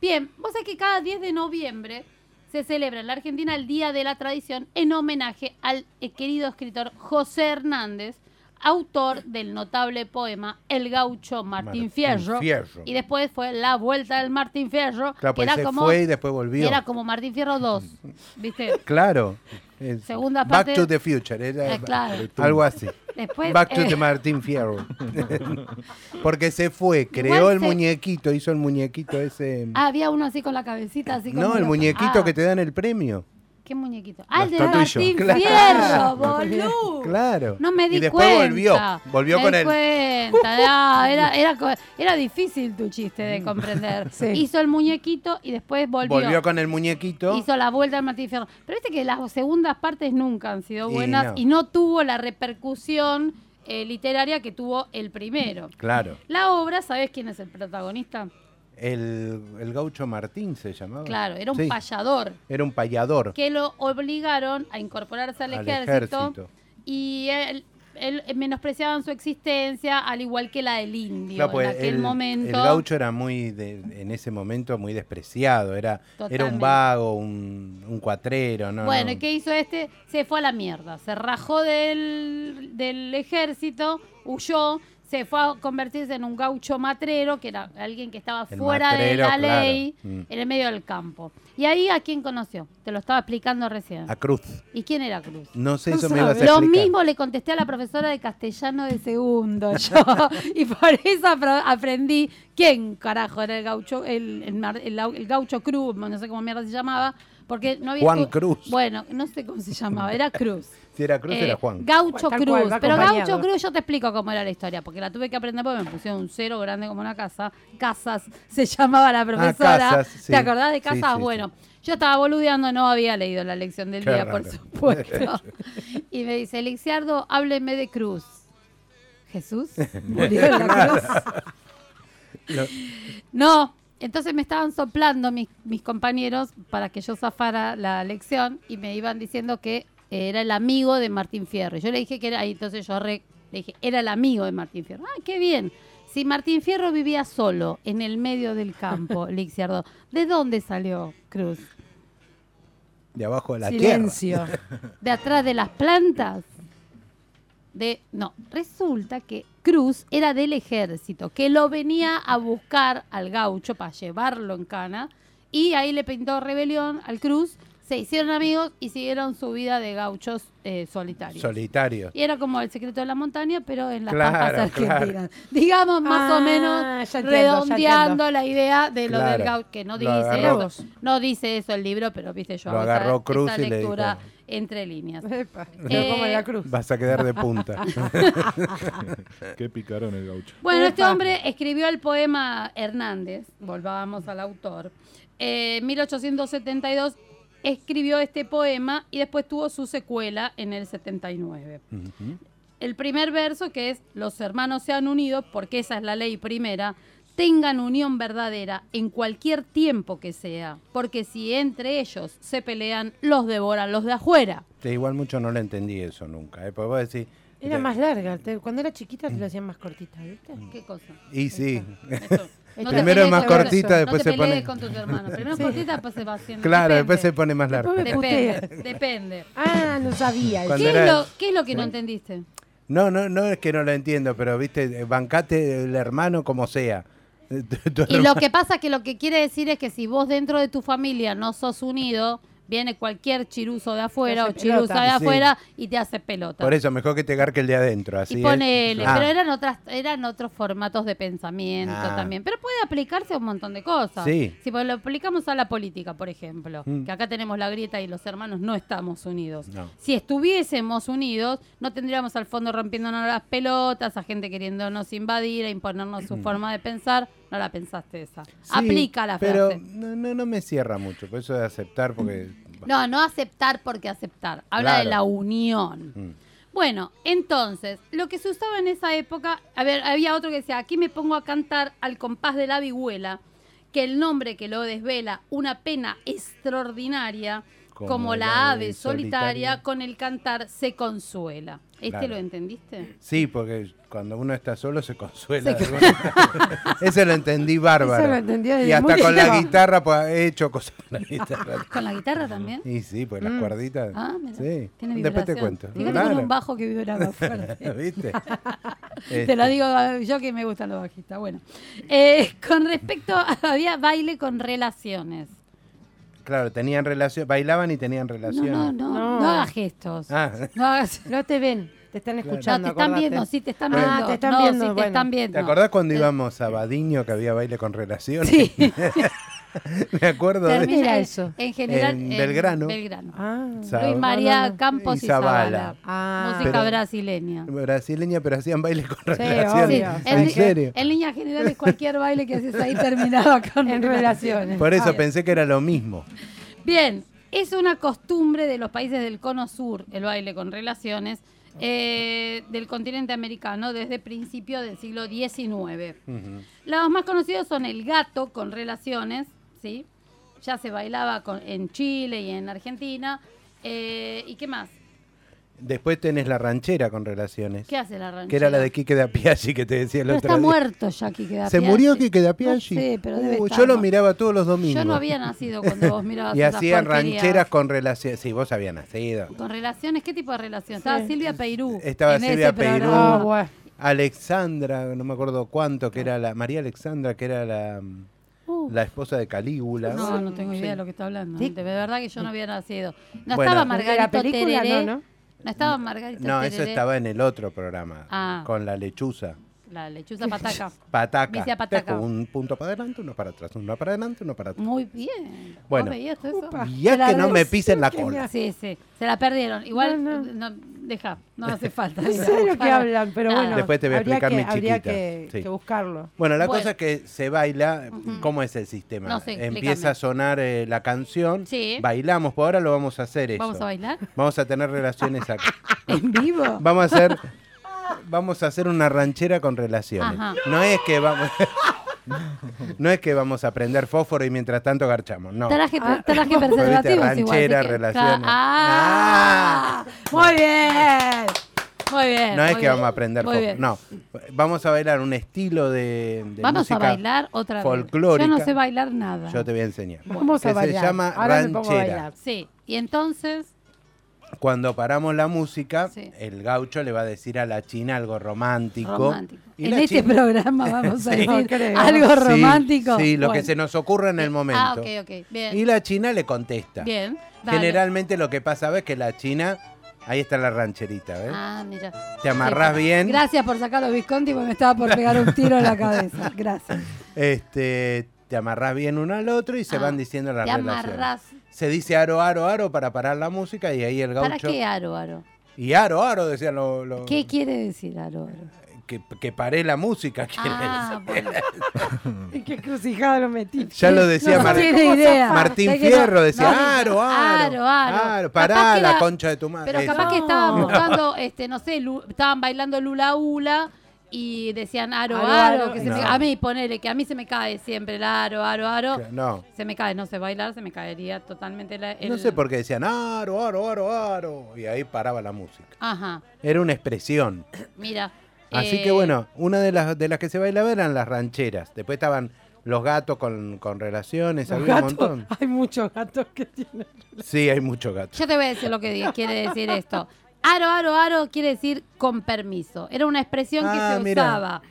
S3: Bien, vos sabés que cada 10 de noviembre se celebra en la Argentina el Día de la Tradición en homenaje al eh, querido escritor José Hernández, autor del notable poema El gaucho Martín,
S1: Martín
S3: Fierro,
S1: Fierro.
S3: Y después fue La Vuelta del Martín Fierro, que
S1: Claro, pues
S3: era
S1: se
S3: como,
S1: fue y después volvió.
S3: era como Martín Fierro 2, ¿viste?
S1: Claro. Es
S3: Segunda
S1: Back
S3: parte-
S1: to the Future. Era
S3: Ah, claro.
S1: Algo así.
S3: Después,
S1: Back to
S3: eh,
S1: the Martín Fierro. Porque se fue, creó
S3: Igual
S1: el
S3: se-
S1: muñequito, hizo el muñequito ese.
S3: ah, había uno así con la cabecita así
S1: no,
S3: como-
S1: el muñequito
S3: Ah.
S1: que te dan el premio.
S3: ¿Qué muñequito? Ah, el de
S4: Los tatuillos.
S3: Martín
S1: Claro.
S3: Fierro, boludo.
S1: Claro.
S3: Uh, No me di
S1: Y después
S3: cuenta.
S1: volvió. Volvió
S3: Me
S1: con
S3: di
S1: el.
S3: cuenta. Ah, era, era, co- era difícil tu chiste de comprender.
S5: Sí.
S3: Hizo el muñequito y después volvió.
S1: Volvió con el muñequito.
S3: Hizo la vuelta al Martín Fierro. Pero viste que las segundas partes nunca han sido
S1: Y
S3: buenas y
S1: no.
S3: no, tuvo la repercusión eh, literaria que tuvo el primero.
S1: Claro.
S3: La obra, ¿sabes quién es el protagonista?
S1: El, el gaucho Martín se llamaba.
S3: Claro, era un
S1: Ah. Sí,
S3: payador
S1: Era un payador.
S3: que lo obligaron a incorporarse al,
S1: Al ejército.
S3: y él, él- menospreciaban su existencia al igual que la del indio
S1: Claro, pues,
S3: en aquel
S1: el,
S3: momento.
S1: el gaucho era muy, de- en ese momento, muy despreciado. Era, era un
S3: Totalmente.
S1: vago, un, un cuatrero. No,
S3: bueno,
S1: no.
S3: ¿y qué hizo este? Se fue a la mierda, se rajó del, del ejército, huyó, se fue a convertirse en un gaucho matrero, que era alguien que estaba
S1: El
S3: fuera
S1: matrero,
S3: de la
S1: claro.
S3: ley,
S1: Mm.
S3: en el medio del campo. Y ahí a quién conoció, te lo estaba explicando recién.
S1: A Cruz.
S3: ¿Y quién era Cruz?
S1: No sé,
S5: No
S1: eso me ibas a
S5: sabe.
S1: explicar.
S3: Lo mismo le contesté a la profesora de castellano de segundo yo. y por eso apro- aprendí quién carajo era el gaucho, el, el mar- el au- el gaucho Cruz, no sé cómo mierda se llamaba, porque no había
S1: Juan
S3: estu-
S1: Cruz.
S3: Bueno, no sé cómo se llamaba, era Cruz.
S1: Si era Cruz,
S3: Eh,
S1: era Juan.
S3: Gaucho
S5: Tal
S3: Cruz.
S5: cual, va
S3: pero
S5: acompañado.
S3: Gaucho Cruz, yo te explico cómo era la historia, porque la tuve que aprender porque me pusieron un cero grande como una casa. Casas se llamaba la profesora.
S1: Ah, Casas, sí.
S3: ¿Te acordás de
S1: Sí,
S3: Casas?
S1: sí,
S3: bueno, yo estaba boludeando, no había leído la lección del
S1: Qué
S3: día,
S1: raro.
S3: por supuesto. y me dice, Elixiardo, hábleme de Cruz. Jesús murió en la cruz. No, entonces me estaban soplando mis, mis compañeros para que yo zafara la lección y me iban diciendo que era el amigo de Martín Fierro. Y Yo le dije que era, ahí entonces yo re- le dije, era el amigo de Martín Fierro. Ah, qué bien. Si Martín Fierro vivía solo en el medio del campo, Lixiardo, ¿de dónde salió Cruz?
S1: De abajo de la
S5: Silencio.
S3: ¿De atrás de las plantas? De, no, resulta que Cruz era del ejército, que lo venía a buscar al gaucho para llevarlo en cana, y ahí le pintó rebelión al Cruz, se hicieron amigos y siguieron su vida de gauchos eh,
S1: tierra.
S3: solitarios.
S1: Solitario.
S3: y era como el secreto de la montaña, pero en las
S1: Claro,
S3: pampas
S1: claro.
S3: argentinas. Digamos más
S5: Ah,
S3: o menos
S5: ya entiendo, ya
S3: redondeando
S5: entiendo.
S3: la idea de lo
S1: Claro.
S3: del gaucho, que no
S1: Lo
S3: dice
S1: agarró.
S3: eso. No dice eso el libro, pero viste yo
S1: Lo
S3: hago esa-
S1: agarró
S3: esa
S1: Cruz y le
S3: lectura
S1: dijo.
S3: entre líneas.
S5: Epa,
S3: Eh,
S5: como en la cruz.
S1: Vas a quedar de punta.
S4: Qué picarón el gaucho.
S3: Bueno, este
S5: Epa.
S3: hombre escribió el poema Hernández, volvábamos al autor. eh, En 1872 escribió este poema y después tuvo su secuela en el 79.
S1: Ujú.
S3: El primer verso que es, los hermanos sean unidos, porque esa es la ley primera, tengan unión verdadera en cualquier tiempo que sea, porque si entre ellos se pelean, los devoran los de afuera.
S1: Sí, igual mucho no lo entendí eso nunca. ¿eh? Porque vos decís,
S5: Era más larga. te- Cuando era chiquita te lo hacían más cortita, ¿viste?
S3: ¿Qué cosa?
S1: Y sí.
S3: Esto. No te
S1: Primero
S3: pelees
S1: es más
S3: con-
S1: cortita,
S3: no
S1: después
S3: te
S1: se
S3: pelees
S1: pone-
S3: con tus hermanos. Primero es cortita, después se va haciendo.
S1: Claro, después se
S3: Depende.
S1: pone más larga.
S5: Después
S3: Depende, depende.
S5: Ah, no sabía.
S1: Cuando
S3: ¿Qué es,
S1: era-
S3: lo, qué es lo que no entendiste?
S1: No, no, no es que no lo entiendo, pero viste, eh, bancate el hermano como sea. Eh, Tu- tu
S3: Y lo
S1: hermano-
S3: que pasa que lo que quiere decir es que si vos dentro de tu familia no sos unido, viene cualquier chiruso de afuera
S5: Te
S3: o
S5: hace
S3: chirusa
S5: pelota.
S3: de
S1: Sí.
S3: afuera y te hace pelota.
S1: Por eso, mejor que te garque el de adentro, así
S3: y
S1: es.
S3: ponele,
S1: Ah,
S3: pero eran otras, eran otros formatos de pensamiento
S1: Ah.
S3: también. Pero puede aplicarse a un montón de cosas.
S1: Sí.
S3: Si pues, lo aplicamos a la política, por ejemplo,
S1: Mm.
S3: que acá tenemos la grieta y los hermanos no estamos unidos.
S1: No.
S3: Si estuviésemos unidos, no tendríamos al fondo rompiéndonos las pelotas, a gente queriéndonos invadir, a imponernos su forma de pensar. No la pensaste esa.
S1: Mm. sí,
S3: Aplica la frase.
S1: pero no, no, no me cierra mucho, por eso de aceptar, porque...
S3: No, no aceptar porque aceptar. Habla
S1: Claro.
S3: de la unión.
S1: Mm.
S3: Bueno, entonces, lo que se usaba en esa época, a ver, había otro que decía, aquí me pongo a cantar al compás de la vihuela, que el nombre que lo desvela, una pena extraordinaria, como, la ave solitaria, con el cantar se consuela. ¿Este
S1: Claro.
S3: lo entendiste?
S1: Sí, porque cuando uno está solo se consuela. de alguna manera. Eso lo entendí bárbaro.
S5: Eso lo entendí desde
S1: y hasta
S5: muy
S1: con la
S5: chico.
S1: guitarra pues, he hecho cosas con la guitarra.
S3: ¿Con la guitarra también?
S1: Y sí, pues las cuerditas.
S3: Ah, mira,
S1: sí.
S3: tiene
S1: Después te
S3: vibración.
S1: cuento.
S3: Fíjate con
S1: Claro.
S3: un bajo que vibraba fuerte.
S1: ¿Viste?
S3: Te lo
S1: Este,
S3: digo ah, yo que me gustan los bajistas. Bueno, Eh, con respecto, a- había baile con relaciones.
S1: Claro, tenían relación, bailaban y tenían
S3: No,
S1: relación.
S3: no, no, no,
S5: No.
S3: hagas gestos.
S1: Ah,
S3: No hagas.
S5: No te ven, te están
S3: No,
S5: escuchando.
S3: te están
S5: acordate.
S3: viendo, sí, te están
S5: Ah,
S3: viendo.
S5: te están
S3: no,
S5: viendo,
S3: sí, te
S5: bueno.
S3: están viendo.
S1: ¿te acordás cuando íbamos a Badiño que había baile con relación?
S3: Sí,
S1: Me acuerdo de
S3: termina
S5: Termina-
S1: eso.
S5: era
S3: eso.
S5: eso?
S3: En general,
S1: En
S3: en
S1: Belgrano.
S3: Belgrano.
S5: Ah,
S1: Sa-
S3: Luis María
S5: no, no.
S3: Campos y
S1: Y Zavala.
S3: Zavala.
S5: Ah.
S3: Música
S1: Pero-
S3: brasileña.
S1: Brasileña, pero hacían baile con
S5: obvio.
S1: relación.
S3: Sí,
S5: Dios.
S1: ¿En
S3: li-
S1: serio?
S3: en líneas generales, cualquier baile que haces ahí terminaba con
S5: en relaciones.
S1: Por eso
S5: Ah,
S1: pensé que era lo mismo.
S3: Bien, es una costumbre de los países del cono sur el baile con relaciones eh, del continente americano desde principios del siglo XIX.
S1: Ujú.
S3: Los más conocidos son el gato con relaciones, ¿sí? Ya se bailaba con- en Chile y en Argentina. Eh, ¿Y qué más?
S1: Después tenés la ranchera con relaciones.
S3: ¿Qué hace la ranchera?
S1: Que era la de Quique de Apiaggi que te decía el
S3: Pero
S1: otro
S3: está
S1: día.
S3: muerto ya Quique de
S1: ¿Se
S3: Apiachi.
S1: murió Quique de Apiaggi?
S3: No sé, pero debe
S1: Uh,
S3: estar
S1: yo lo
S3: mu-
S1: miraba todos los domingos.
S3: Yo no había nacido cuando vos mirabas
S1: Y
S3: esas
S1: hacían
S3: porquerías.
S1: rancheras con relaciones. Sí, vos habías nacido.
S3: Con relaciones, ¿qué tipo de relación? Estaba Silvia Peirú.
S1: Estaba
S3: en
S1: Silvia
S3: ese
S1: Peirú.
S3: programa.
S5: Ah, bueno.
S1: Alexandra, no me acuerdo cuánto, que era la. María Alexandra, que era la,
S3: Uh.
S1: la esposa de Calígula.
S3: No, no tengo idea de lo que está hablando.
S5: Sí.
S3: De verdad que yo no había nacido. No
S1: Bueno.
S3: estaba
S5: Porque la
S3: Margarito
S5: película
S3: Tereré.
S5: no, ¿no?
S3: estaba Margarito
S1: No, eso
S3: Tereré.
S1: estaba en el otro programa.
S3: Ah.
S1: Con la lechuza.
S3: La lechuza pataca.
S1: Pataca.
S3: Vicia pataca.
S1: Tejo, Un punto para adelante, uno para atrás, uno para adelante, uno para atrás.
S3: Muy bien. ¿Vos
S1: Bueno.
S3: veías todo eso?
S1: Y es
S3: Se la
S1: que no
S3: re-
S1: me pisen la
S5: genial.
S1: cola.
S3: Sí, sí. Se la perdieron. Igual,
S5: No,
S3: deja, no hace falta.
S5: No sé de lo que
S3: Para-
S5: hablan, pero
S3: Nada.
S5: bueno.
S1: Después te voy a
S5: habría
S1: explicar
S5: que,
S1: mi
S5: Habría
S1: chiquita.
S5: que,
S1: Sí.
S5: que buscarlo.
S1: Bueno, la
S3: Mm. Bueno.
S1: cosa es que se baila, ¿cómo es el sistema?
S3: No sé, explícame.
S1: Empieza a sonar eh, la canción,
S3: Sí.
S1: bailamos, por ahora lo vamos a hacer eso.
S3: ¿Vamos a bailar?
S1: Vamos a tener relaciones acá.
S3: ¿En vivo?
S1: Vamos a hacer vamos a hacer una ranchera con relaciones.
S3: Ajá.
S1: No es que vamos No es que vamos a prender fósforo y mientras tanto garchamos, no.
S3: Traje,
S5: Ah.
S3: traje
S1: Pero viste,
S3: preservativos igual. así
S1: ranchera,
S3: que-
S1: relaciones.
S3: Ah,
S5: Muy bien.
S3: Muy bien.
S1: no es
S3: muy
S1: que
S3: bien,
S1: vamos a prender
S3: muy
S1: fósforo,
S3: bien.
S1: no. Vamos a bailar un estilo de, de
S3: Vamos
S1: música
S3: a bailar otra vez.
S1: folclórica.
S3: Yo no sé bailar nada.
S1: Yo te voy a enseñar.
S5: Vamos a
S1: que
S5: bailar.
S1: se llama
S5: Ahora me pongo a
S1: ranchera.
S5: bailar.
S3: Sí, y entonces,
S1: Cuando paramos la música,
S3: Sí.
S1: el gaucho le va a decir a la china algo romántico.
S3: romántico.
S1: Y
S3: en
S1: la
S3: este
S1: china-
S3: programa vamos a
S1: Sí.
S3: decir
S5: No creo.
S3: algo
S1: Sí,
S3: romántico.
S1: Sí, lo que
S3: Bueno.
S1: se nos ocurra en el momento.
S3: Ah, ok, ok. Bien.
S1: Y la china le contesta.
S3: Bien. dale.
S1: Generalmente lo que pasa es que la china, ahí está la rancherita, ¿ves?
S3: Ah, mira.
S1: Te amarrás bien.
S3: Gracias por sacar los Visconti porque me estaba por pegar un tiro en la cabeza. Gracias.
S1: Este, te amarrás bien uno al otro y se
S3: Ah,
S1: van diciendo las
S3: Te
S1: relaciones.
S3: amarras.
S1: Se dice aro, aro, aro para parar la música y ahí el gaucho.
S3: ¿Para qué aro, aro?
S1: Y aro, aro, decían los... los-
S3: ¿Qué quiere decir aro, aro?
S1: Que, que paré la música. ¿quién
S3: Ah,
S1: es?
S3: bueno.
S5: Y qué crucijada lo metí.
S1: Mm. Ya lo decía
S3: No
S1: Mar-
S3: tiene idea.
S1: Martín
S3: Sé que no-
S1: Fierro, decía, "Ah,
S3: no,
S1: aro, aro,
S3: aro, aro. Capaz
S1: pará
S3: que
S1: la
S3: la-
S1: concha de tu madre.
S3: Pero
S1: Ah, Eso.
S3: capaz que
S5: No.
S3: estaban buscando, este, no sé, lu- estaban bailando Lula Ula y decían aro, aro,
S5: Aro, aro,
S3: que se me-
S1: No.
S3: a mí ponele, que a mí se me cae siempre el aro, aro, aro.
S1: No,
S3: Se me cae, no sé bailar, se me caería totalmente la, el...
S1: no sé por qué decían aro, aro, aro, aro. Y ahí paraba la música.
S3: Ajá,
S1: Era una expresión.
S3: mira.
S1: Así
S3: eh,
S1: que bueno, una de las, de las que se bailaba eran las rancheras. Después estaban los gatos con, con relaciones,
S5: Los
S1: había un
S5: gatos.
S1: montón.
S5: Hay muchos gatos que tienen.
S1: Sí, hay muchos gatos.
S3: Yo te voy a decir lo que di- quiere decir esto. Aro, aro, aro quiere decir con permiso. Era una expresión que
S1: Ah,
S3: se
S1: mira.
S3: usaba.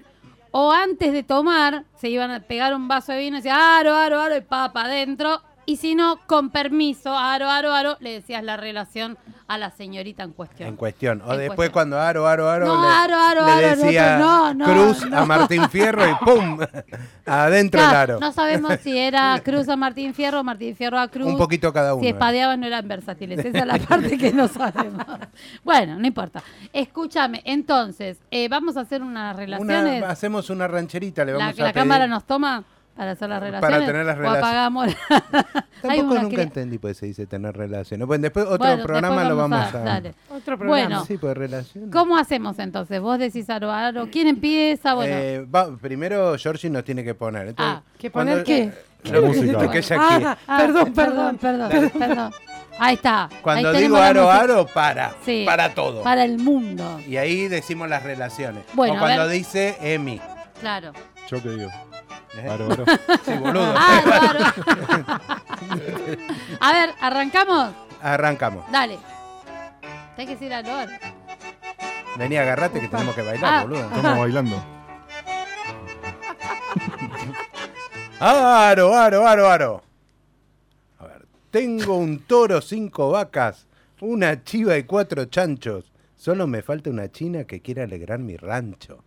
S3: O antes de tomar, se iban a pegar un vaso de vino y decían aro, aro, aro y papa adentro. Y si no, con permiso, aro, aro, aro, le decías la relación a la señorita en cuestión.
S1: En cuestión. O
S3: En
S1: después
S3: cuestión.
S1: cuando Aro, Aro, Aro
S3: No,
S1: le,
S3: aro, aro,
S1: le
S3: aro, el
S1: decía
S3: otro, no, no,
S1: Cruz
S3: no.
S1: a Martín Fierro y ¡pum! Adentro el
S3: Claro,
S1: aro.
S3: no sabemos si era Cruz a Martín Fierro o Martín Fierro a Cruz.
S1: Un poquito cada uno.
S3: Si
S1: eh.
S3: espadeaban no eran versátiles. Esa es la parte que no sabemos. Bueno, no importa. Escúchame, entonces, eh, vamos a hacer unas
S1: Una-
S3: relaciones.
S1: hacemos una rancherita, le
S3: la
S1: vamos
S3: que
S1: a
S3: la
S1: pedir.
S3: cámara nos toma para hacer las
S1: Para
S3: relaciones.
S1: tener las
S3: O
S1: relaciones.
S3: apagamos. la- Hay
S1: Tampoco
S3: una
S1: nunca
S3: cre-
S1: entendí por qué se dice tener relaciones. Bueno, después otro
S3: Bueno,
S1: programa
S3: después
S1: lo vamos a...
S3: dale.
S5: Otro
S3: Bueno,
S1: Sí, pues relaciones.
S3: ¿cómo hacemos entonces? Vos decís aro, aro. ¿Quién empieza? Ah, Bueno,
S1: Eh, va- primero Georgie nos tiene que poner. Entonces,
S3: Ah,
S5: ¿Que poner
S1: cuando-
S5: qué?
S4: La
S1: Lo que-
S4: música.
S1: lo que ella quiere.
S5: Ah,
S3: ah,
S5: perdón, perdón.
S3: perdón, perdón, perdón. Ahí está.
S1: Cuando
S3: Ahí
S1: digo
S3: tenemos la
S1: aro,
S3: música
S1: aro, para.
S3: Sí.
S1: Para todo.
S3: Para el mundo.
S1: Y ahí decimos las relaciones.
S3: Bueno,
S1: o
S3: a
S1: cuando
S3: ver.
S1: dice Emi.
S3: Claro.
S4: Yo que digo.
S1: ¿eh?
S4: Aro, aro.
S1: Sí, boludo.
S3: Aro, aro. Ah, A ver, arrancamos.
S1: Arrancamos.
S3: Dale. Tenés que decir aro, aro.
S1: Vení, agarrate que tenemos que bailar,
S3: Ah.
S1: boludo.
S4: Estamos bailando.
S1: Ah, Aro, aro, aro, aro. A ver, tengo un toro, cinco vacas, una chiva y cuatro chanchos. Solo me falta una china que quiera alegrar mi rancho.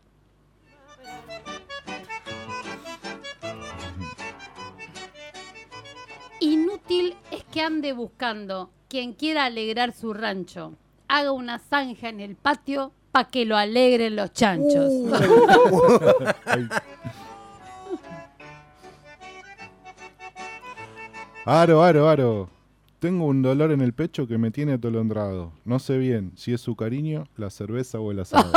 S3: Inútil es que ande buscando quien quiera alegrar su rancho. Haga una zanja en el patio para que lo alegren los chanchos.
S1: Uh,
S4: Ay. Aro, aro, aro. Tengo un dolor en el pecho que me tiene atolondrado. No sé bien si es su cariño, la cerveza o el asado.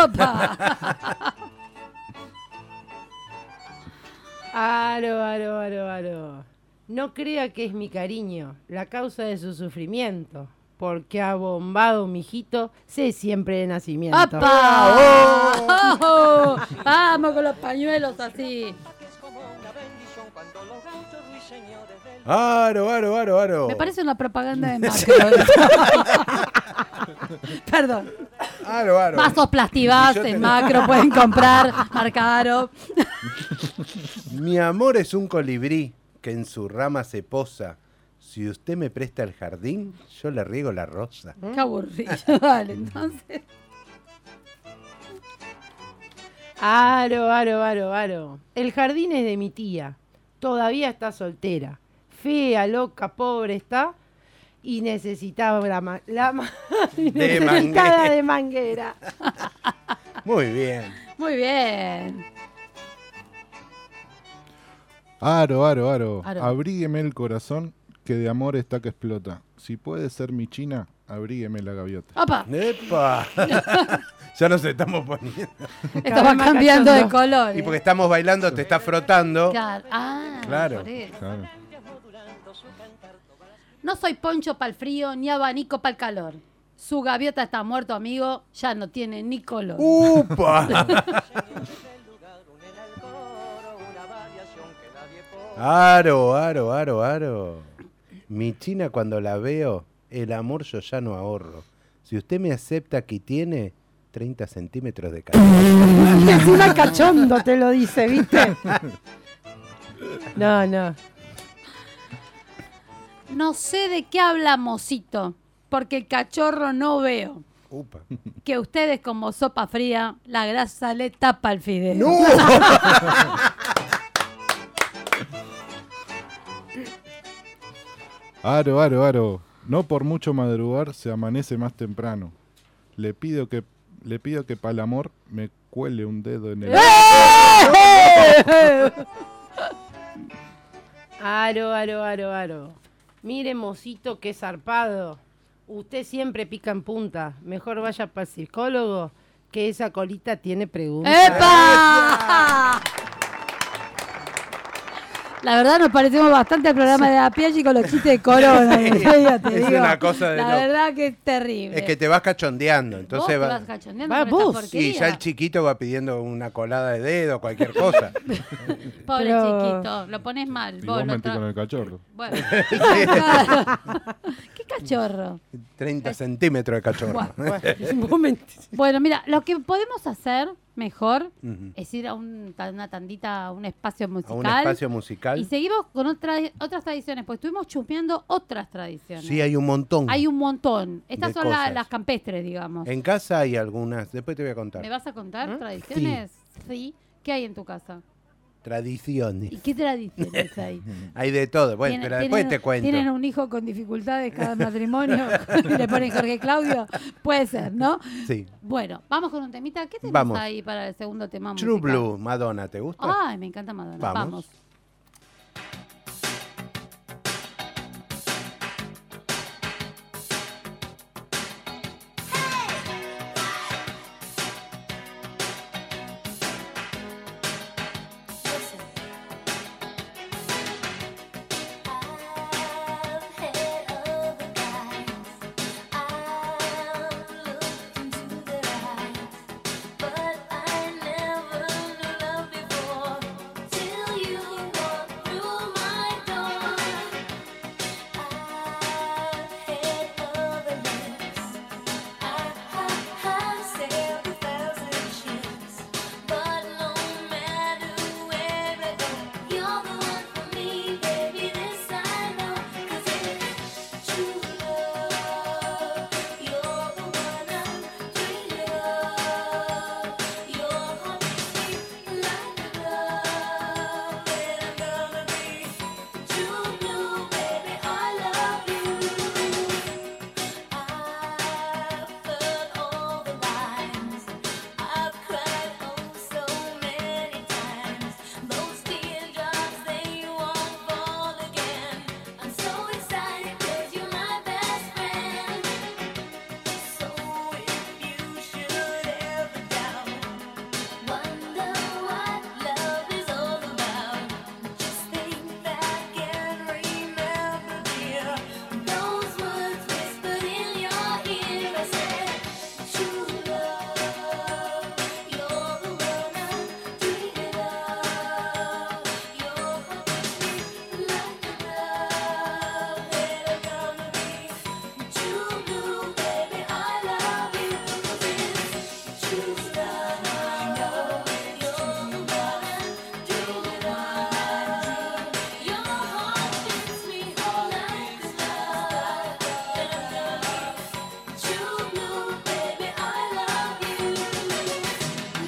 S5: Aro, aro, aro, aro. No crea que es mi cariño la causa de su sufrimiento, porque ha bombado mi hijito, sé siempre de nacimiento.
S3: ¡Apa! ¡Oh! Vamos con los pañuelos así.
S1: Aro, aro, aro, aro.
S3: Me parece una propaganda de Macron. Perdón.
S1: Aro, aro.
S3: Vasos
S1: Yo te-
S3: plastibases, macro, pueden comprar, marcaro.
S1: Mi amor es un colibrí que en su rama se posa. Si usted me presta el jardín, yo le riego la rosa.
S3: Qué aburrido. Dale, entonces.
S5: Aro, aro, aro, aro. El jardín es de mi tía. Todavía está soltera. Fea, loca, pobre está. Y necesitaba la, ma- la ma- y
S1: De
S5: necesitada
S1: manguera.
S5: de manguera.
S1: Muy bien.
S3: Muy bien.
S4: Aro, aro, aro,
S3: Aro.
S4: Abrígueme el corazón que de amor está que explota. Si puede ser mi china, abrígueme la gaviota.
S3: Opa,
S1: ¡Epa! ya nos estamos poniendo.
S5: Cada vez
S3: estaba
S5: más
S3: cambiando de
S5: cachondo.
S3: color.
S1: Y porque estamos bailando, te está frotando.
S3: Claro. Ah,
S1: Claro.
S3: por eso.
S4: Claro.
S3: No soy poncho para el frío ni abanico para el calor. Su gaviota está muerto, amigo. Ya no tiene ni color.
S1: Uh. ¡Upa! Aro, aro, aro, aro. Mi china cuando la veo, el amor yo ya no ahorro. Si usted me acepta que tiene 30 centímetros de calor.
S5: Y encima cachondo te lo dice, ¿viste? No, no.
S3: No sé de qué habla mocito, porque el cachorro no veo.
S1: Upa.
S3: Que ustedes como sopa fría, la grasa le tapa el fideo.
S4: Aro, aro, aro. No por mucho madrugar se amanece más temprano. Le pido que le pido que para el amor me cuele un dedo en el.
S5: Aro, aro, aro, aro. Mire, mocito, qué zarpado. Usted siempre pica en punta. Mejor vaya para el psicólogo, que esa colita tiene preguntas.
S3: ¡Epa! La verdad nos parecemos bastante al programa de Apiaggi con los chistes de corona. en serio, te
S1: es
S3: digo.
S1: una cosa de
S3: La
S1: loco.
S3: verdad que es terrible.
S1: Es que te vas cachondeando,
S3: Vos te
S1: entonces
S3: vas
S1: va...
S3: cachondeando
S5: Va
S3: con esta
S5: vos.
S3: porquería.
S1: Y ya el chiquito va pidiendo una colada de dedo, cualquier cosa.
S3: Pobre
S5: Pero-
S3: chiquito, lo pones mal.
S4: Y
S3: vos
S4: vos
S3: lo
S4: mentís
S3: tra-
S4: con el cachorro.
S3: Bueno. ¿Qué
S2: cachorro.
S1: 30 centímetros de cachorro.
S3: ¡Eh!
S5: Vos mentís.
S3: Bueno, mira, lo que podemos hacer mejor
S1: Ujú.
S3: es ir a un- a una tandita, a un espacio
S1: A
S3: musical.
S1: un espacio
S3: Y
S1: musical.
S3: seguimos con otra- otras tradiciones, pues estuvimos chusmeando otras tradiciones.
S1: Sí, hay un montón.
S3: Hay un montón. Estas
S1: Mm. De
S3: son la-
S1: cosas. Eh,
S3: las campestres, digamos.
S1: En casa hay algunas, después te voy a contar.
S3: ¿Me vas a contar
S5: ¿Eh?
S3: tradiciones? Sí. ¿Qué hay en tu casa?
S1: Tradiciones.
S3: ¿Y qué tradiciones hay?
S1: Hay de todo. Bueno,
S3: Tiene-
S1: pero después
S6: tienen-
S1: te cuento.
S6: Tienen un hijo con dificultades cada matrimonio y le ponen Jorge Claudio. Puede ser, ¿no?
S1: Sí.
S3: Bueno, vamos con un temita. ¿Qué tenemos
S1: Vamos.
S3: ahí para el segundo tema
S1: True
S3: musical?
S1: Blue, Madonna, ¿te gusta?
S3: Ay, me encanta Madonna.
S1: Vamos.
S3: Vamos.
S8: But no matter where I go, you're the one for me, baby. This I know, 'cause it's true love. You're the one I'm dreaming of. You're honey, like love, and I'm gonna be true blue, baby. I love you. I've heard all the lines. I've cried oh so many times. Those teardrops they won't fall again. I'm so excited 'cause you're my best friend. So if you should ever doubt, wonder what love is all about, just think back and remember, dear, those words whispered in your ear. I said, true love, you're the one I'm dreaming of. You're the like love that I'm gonna be. True blue, baby, I love you. It's true love. You're the one I'm dreaming of. Your heart beats me whole like love that I'm gonna be. True blue, baby, I love you.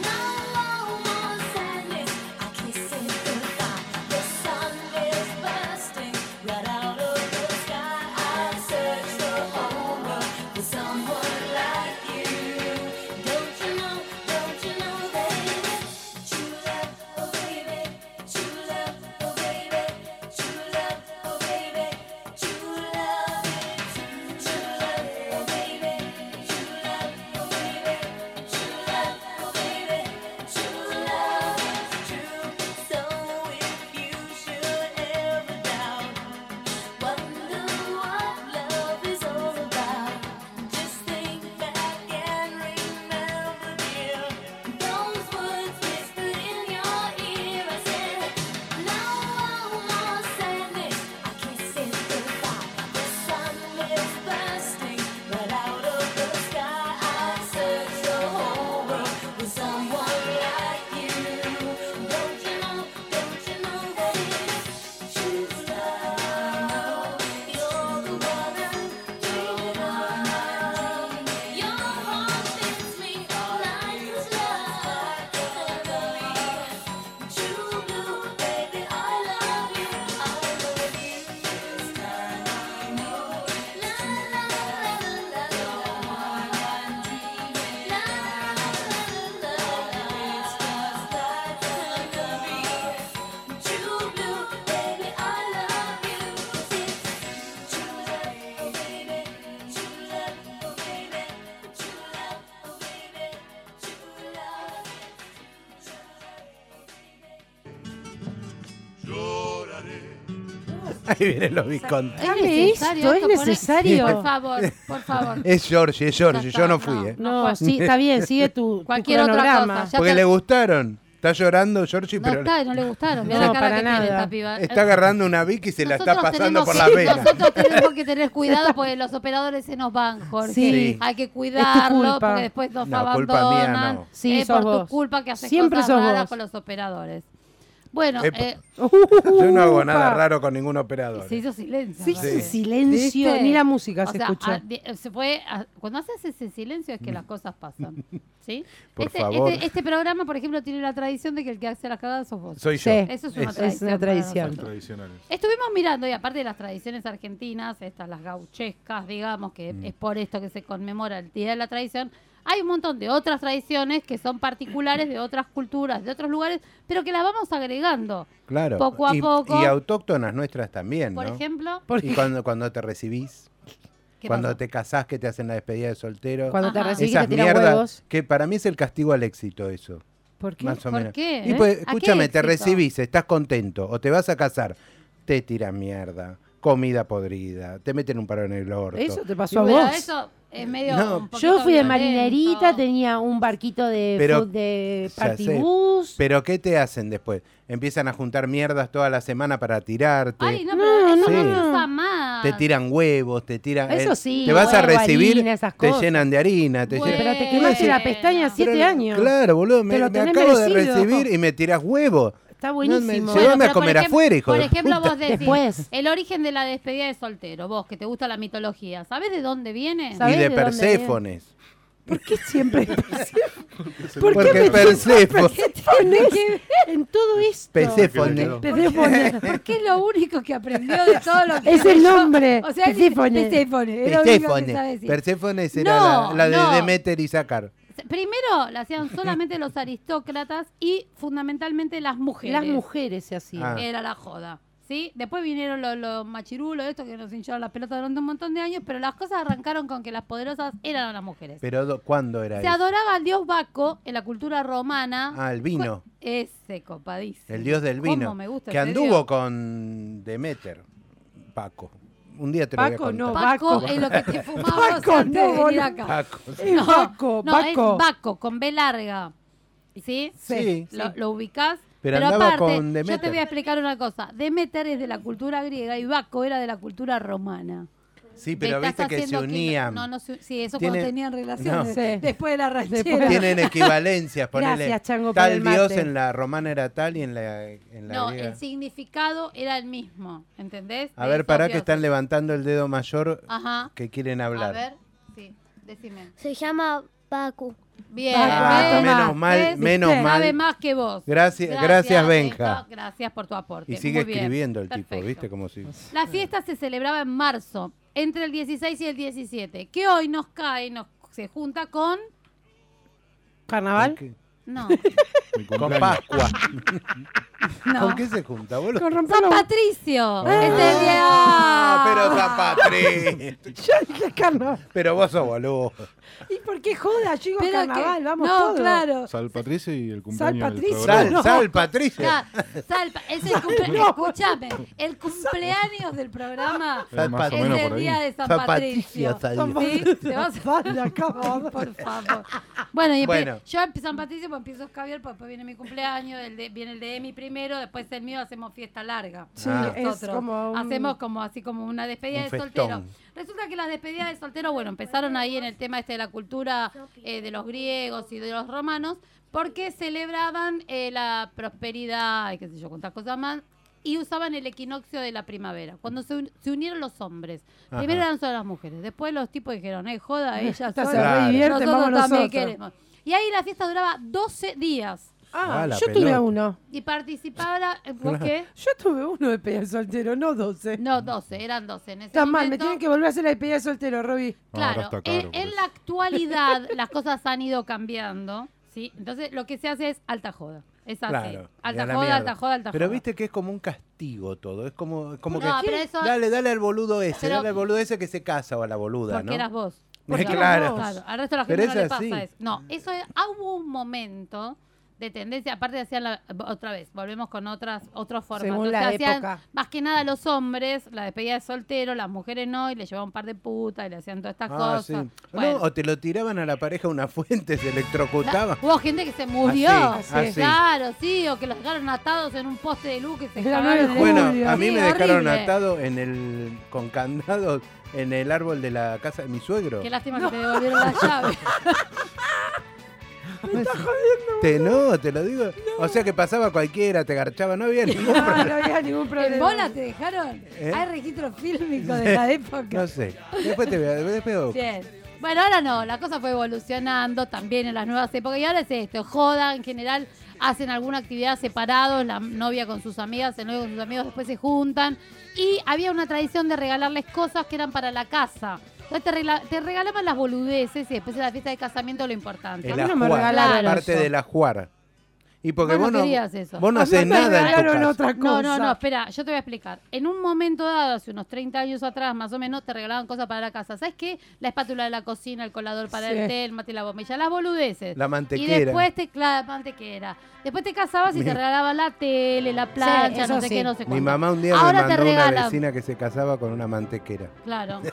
S8: No more sadness. I'm kissing goodbye. The sun is bursting right out of the sky. I search the whole world for someone like you. Don't you know? Don't you know, baby? True love, oh baby. True love, oh baby. True love, oh baby. True love, true love, oh baby. True love, oh baby. True love, oh baby. True love is true. So if you should ever doubt, wonder what love is all about, just think back and remember, dear, those words whispered in your ear. I said, no more sadness. I'm kissing goodbye. The sun is bursting right out of the sky. I search the whole world for someone like you. Don't you know? Don't you know that it's true love? You're the one I'm dreaming of. Your heart beats me like it's love. And I believe. True blue, baby, I love you. I love you. La la la la la la. La It's just like I'm gonna True blue, baby, I love you. True love, oh baby. True love, oh baby. True love, oh baby. True love.
S1: Ahí vienen los viscontes.
S3: ¿Es
S5: Dame esto, es
S3: Poné-
S5: necesario.
S3: Por favor, por favor.
S1: Es Georgie, es
S3: Ya
S1: Georgie.
S3: está,
S1: Yo no fui, ¿eh?
S3: pues,
S5: No, sí, está bien, sigue tu, tu
S3: Cualquier otra
S5: cronograma.
S3: cosa, ya
S1: Porque
S3: te-
S1: le gustaron. Está llorando, Georgie,
S3: No
S1: pero
S3: está, no le gustaron. Mirá
S5: No,
S3: la cara
S5: para
S3: que tiene
S5: nada.
S3: esta piba.
S1: está agarrando una Vicky y se la está
S3: Nosotros
S1: pasando
S3: tenemos-
S1: por las venas.
S3: Nosotros tenemos que tener cuidado porque los operadores se nos van, Jorge.
S5: Sí.
S3: Hay que cuidarlos
S5: culpa.
S3: porque después nos
S1: No, culpa mía,
S3: abandonan.
S1: no.
S5: Sí,
S3: es
S5: sos
S3: por
S5: vos.
S3: tu culpa que haces
S5: Siempre
S3: cosas
S5: sos
S3: raras
S5: vos.
S3: con los operadores. Bueno,
S1: Epa.
S3: eh,
S1: Yo no hago nada raro con ningún operador. ¿eh?
S3: se hizo silencio.
S5: Sí,
S3: aparte.
S1: Sí.
S5: silencio,
S3: ¿Viste?
S5: ni la música
S3: O
S5: se
S3: sea,
S5: escuchó.
S3: a- de- se fue a- cuando haces ese silencio es que las cosas pasan. ¿sí?
S1: Por
S3: este,
S1: favor.
S3: Este, este programa, por ejemplo, tiene la tradición de que el que hace las cagadas sos vos.
S1: Soy
S5: Sí.
S1: yo.
S3: Eso es una
S1: Es-
S3: tradición.
S5: es una
S3: para
S5: tradición.
S3: nosotros.
S4: Tradicionales.
S3: Estuvimos mirando, y aparte de las tradiciones argentinas, estas las gauchescas, digamos, que
S1: Mm.
S3: es por esto que se conmemora el Día de la Tradición, hay un montón de otras tradiciones que son particulares de otras culturas, de otros lugares, pero que las vamos agregando.
S1: Claro.
S3: Poco a
S1: y,
S3: poco.
S1: Y autóctonas nuestras también,
S3: Por
S1: ¿no?
S3: ejemplo,
S1: Y cuando, cuando te recibís,
S3: ¿qué
S1: cuando
S3: pasó?
S1: te casás, que te hacen la despedida de soltero.
S5: Cuando te
S3: Ajá.
S5: recibís que
S1: esas
S5: te tiran
S1: mierdas,
S5: huevos.
S1: que para mí es el castigo al éxito eso,
S5: ¿Por qué?
S1: más o
S3: ¿Por
S1: menos.
S3: qué?
S1: Y pues,
S3: ¿A qué
S1: escúchame, te
S3: éxito?
S1: recibís, estás contento, o te vas a casar, te tiran mierda, comida podrida, te meten un paro en el orto.
S5: Eso te
S3: Sí,
S5: pasó a
S3: pero
S5: vos.
S3: eso es medio
S1: No.
S3: un poquito
S9: Yo fui de
S3: violento.
S9: marinerita, tenía un barquito de,
S1: Pero-
S9: fut- de
S1: Ya sé.
S9: partibus.
S1: Pero ¿qué te hacen después? Empiezan a juntar mierdas toda la semana para tirarte.
S3: Ay, no, pero eso
S1: Sí.
S3: no se usa más.
S1: Te tiran huevos, te tiran...
S9: Eso
S1: eh,
S9: sí,
S1: Te vas a
S9: huevo,
S1: recibir,
S9: harina, esas
S1: te
S9: cosas.
S1: llenan de harina, te
S3: Bueno.
S1: llenan...
S5: Pero te quemaste la pestaña a
S3: Pero
S5: siete
S1: Pero-
S5: años.
S1: Claro, boludo, me,
S5: Te lo
S1: me
S5: tenés
S1: acabo de
S5: merecido.
S1: recibir y me tiras huevos.
S5: Está buenísimo.
S1: No, me- Llévame a
S3: pero por
S1: comer
S3: ejem-
S1: afuera, hijo
S3: Por
S1: de
S3: ejemplo,
S1: puta.
S3: vos decís,
S9: Después.
S3: el origen de la despedida de soltero, vos que te gusta la mitología, ¿sabés de dónde viene?
S9: ¿Sabés
S1: Y de,
S9: de dónde viene?
S1: Perséfones.
S5: ¿Por qué siempre?
S4: ¿Por
S1: Porque Perséfone.
S5: en todo esto.
S1: Perséfone.
S4: quedó?
S6: Perséfone, porque es lo único que aprendió de todo lo que
S5: Es el
S6: leyó.
S5: nombre,
S6: O sea, él dice
S5: Perséfone.
S6: Perséfone. es lo único que sabe
S1: Perséfone.
S6: decir.
S1: Perséfones
S3: No,
S1: era la, la
S3: no.
S1: de Demeter y Sacar.
S3: Primero la hacían solamente los aristócratas y fundamentalmente las mujeres.
S5: Las mujeres se hacían.
S1: Ah.
S3: Era la joda. ¿Sí? Después vinieron los, los machirulos, estos que nos hincharon las pelotas durante un montón de años, pero las cosas arrancaron con que las poderosas eran las mujeres.
S1: Pero do- ¿cuándo era
S3: Se
S1: eso?
S3: adoraba al dios Baco en la cultura romana.
S1: Ah, el vino.
S3: Ese copadísimo.
S1: El dios del vino.
S3: ¿Cómo me gusta
S1: que
S3: ese
S1: anduvo
S3: dios?
S1: con Demeter. Paco. Un día te lo
S5: Paco
S1: voy a
S5: no,
S1: contar.
S3: Paco
S5: Baco.
S3: es lo que te fumaba
S5: Baco,
S3: vos antes de
S5: no,
S3: venir
S5: boludo.
S3: acá.
S1: Paco. sí.
S5: Es Baco,
S3: Eh, no,
S5: Baco.
S3: es Baco, con B larga. ¿Sí?
S1: Sí.
S3: Lo, lo ubicás.
S1: Pero
S3: Pero,
S1: andaba
S3: aparte,
S1: con
S3: yo te
S1: Demeter.
S3: voy a explicar una cosa. Demeter es de la cultura griega y Baco era de la cultura romana.
S1: Sí,
S3: Le
S1: pero
S3: estás
S1: viste que se
S3: haciendo quilombo.
S1: unían.
S3: No, no, se- sí, eso
S1: Tiene-
S3: cuando tenían relaciones.
S1: No.
S5: Sí.
S3: Después de la
S5: Después-
S3: rachera.
S1: Tienen equivalencias, ponele.
S5: Gracias, Chango, por
S1: tal
S5: el mate.
S1: dios en la romana era tal y en la, en la
S3: No,
S1: griega.
S3: el significado era el mismo. ¿Entendés?
S1: A
S3: De
S1: ver,
S3: esos
S1: pará que
S3: dioses.
S1: están levantando el dedo mayor
S3: Ajá.
S1: que quieren
S3: Ah. A
S1: hablar.
S3: ver, sí, decime.
S9: Se llama Baku.
S3: Bien.
S1: Ah,
S3: ¿ves?
S1: menos mal,
S3: ¿Ves?
S1: menos
S3: Sabe
S1: mal.
S3: más que vos.
S1: Gracias- gracias, Benja.
S3: Benja. gracias por tu aporte.
S1: Y sigue
S3: Muy bien.
S1: escribiendo el tipo,
S3: Perfecto.
S1: ¿viste? Como si...
S3: La fiesta se celebraba en marzo, entre el 16 y el 17, que hoy nos cae, nos se junta con
S5: ¿Carnaval?
S1: ¿Con qué?
S3: no,
S4: Mi
S1: Con
S4: cumpleaños.
S1: Pascua.
S3: no.
S1: ¿Con qué se junta, boludo?
S5: Con romper
S3: San
S5: los-
S3: Patricio. Es el día.
S1: Ah, pero San Patri.
S5: Yo dije carnaval.
S1: Pero vos sos boludo.
S5: ¿Y por qué joda? Yo digo
S6: Pero
S5: carnaval,
S6: que-
S5: vamos
S6: no,
S5: todos.
S6: claro.
S4: Sal Patricio y el cumpleaños del
S5: Patricio.
S4: febrero.
S1: Sal, sal, Patricio.
S3: Ya, salpa, es el cumpleaños. Escúchame, el cumpleaños del programa
S4: Eh, más o
S3: es
S4: menos
S3: el
S4: por ahí.
S3: día de San
S1: San
S3: Patricio.
S1: Patricio, salió.
S3: ¿Sí? Te vas a-
S5: Vale, acabo.
S3: Por favor. Bueno, y empe-
S1: Bueno.
S3: yo en San Patricio pues, empiezo a escabiar, pues, después viene mi cumpleaños, el de- viene el de Emi primero, después el mío, hacemos fiesta larga.
S5: Sí,
S1: Ah.
S5: es
S3: Nosotros
S5: como un-
S3: Hacemos como así como una despedida
S1: Un
S3: de
S1: festón.
S3: soltero. Resulta que las despedidas de soltero, bueno, empezaron ahí en el tema este de la cultura eh, de los griegos y de los romanos, porque celebraban eh, la prosperidad, y qué sé yo, cuántas cosas más, y usaban el equinoccio de la primavera, cuando se, un- se unieron los hombres.
S1: Ajá.
S3: Primero eran solo las mujeres, después los tipos dijeron, eh, joda, ellas
S5: Estas
S3: solas,
S5: se
S1: Claro.
S5: redivierten,
S3: nosotros
S5: vamos
S3: también
S5: nosotros.
S3: queremos. Y ahí la fiesta duraba 12 días
S5: Ah,
S1: Ah, la
S5: yo tuve
S1: pelota.
S5: uno.
S3: y participaba, eh, ¿por qué?
S5: Yo tuve uno de despedida de soltero, no 12.
S3: No, 12, eran 12 en ese
S5: Está mal, me
S3: momento.
S5: tienen que volver a hacer la despedida de soltero, Roby.
S4: Ahora
S3: Claro,
S4: está
S3: en-
S4: caro, por
S3: en,
S4: eso.
S3: la actualidad las cosas han ido cambiando, ¿sí? Entonces lo que se hace es alta joda. Es así.
S1: Claro. y a
S3: Alta
S1: la
S3: joda,
S1: mierda.
S3: alta joda, alta joda.
S1: Pero viste que es como un castigo todo. Es como, es como
S3: No,
S1: que.
S3: pero eso-
S1: Dale, dale al boludo ese.
S3: Pero-
S1: Dale al boludo ese que se casa o a la boluda,
S3: Porque
S1: ¿no?
S3: eras vos.
S1: Eh,
S3: Porque
S1: claro.
S3: eras vos. Al resto de la gente
S1: Pero
S3: no
S1: es
S3: le pasa
S1: así.
S3: eso. No, eso es- ah, hubo un momento de tendencia, aparte hacían la- otra vez, volvemos con otras otros formatos.
S5: Según la
S3: O sea, hacían
S5: época.
S3: más que nada los hombres, la despedida de soltero, las mujeres no, y le llevaban un par de putas y le hacían todas estas
S1: Ah,
S3: cosas.
S1: sí.
S3: Bueno.
S1: No, o te lo tiraban a la pareja a una fuente, se electrocutaban.
S3: Hubo gente que se murió.
S1: Así, así.
S3: Claro, sí, o que los dejaron atados en un poste de luz que se
S6: la
S3: cagaron.
S6: nueve de
S1: Bueno, a mí
S3: Sí,
S1: me dejaron
S3: horrible.
S1: atado en el con candados en el árbol de la casa de mi suegro.
S3: Qué lástima que te devolvieron la llave.
S1: Te no, te lo digo. O sea que pasaba cualquiera, te garchaba, no había ningún
S6: Ah,
S1: problema.
S6: no había ningún problema. ¿En bola te dejaron?
S1: ¿Eh?
S6: Hay registros fílmicos de la época.
S1: No sé. Después te voy a después busco.
S3: Bien. Bueno, ahora no, la cosa fue evolucionando también en las nuevas épocas. Y ahora es esto, joda, en general hacen alguna actividad separados, la novia con sus amigas, el novio con sus amigos, después se juntan. Y había una tradición de regalarles cosas que eran para la casa. Entonces te, regla- te regalaban las boludeces y después en la fiesta de casamiento lo importante.
S1: El ajuar, parte del ajuar. Y porque
S3: Vos no
S1: vos no,
S3: querías eso.
S1: vos no
S3: A mí
S1: haces
S3: me
S1: nada en tu
S5: regalaron
S1: casa.
S5: otra
S3: No, no,
S5: cosa.
S3: no, espera, yo te voy a explicar. En un momento dado, hace unos 30 años atrás, más o menos, te regalaban cosas para la casa. ¿Sabes qué? La espátula de la cocina, el colador para
S5: Sí.
S3: el té, el mate y la bombilla, las boludeces.
S1: La mantequera.
S3: Y después te, claro, la mantequera. Después te casabas y te
S1: Mi-
S3: regalaban la tele, la plancha,
S6: eso
S3: no sé
S6: sí.
S3: qué, no sé cuánto.
S1: Mi mamá un día
S3: Ahora te
S1: me mandó una
S3: regalan.
S1: vecina que se casaba con una mantequera.
S3: Claro. Mm.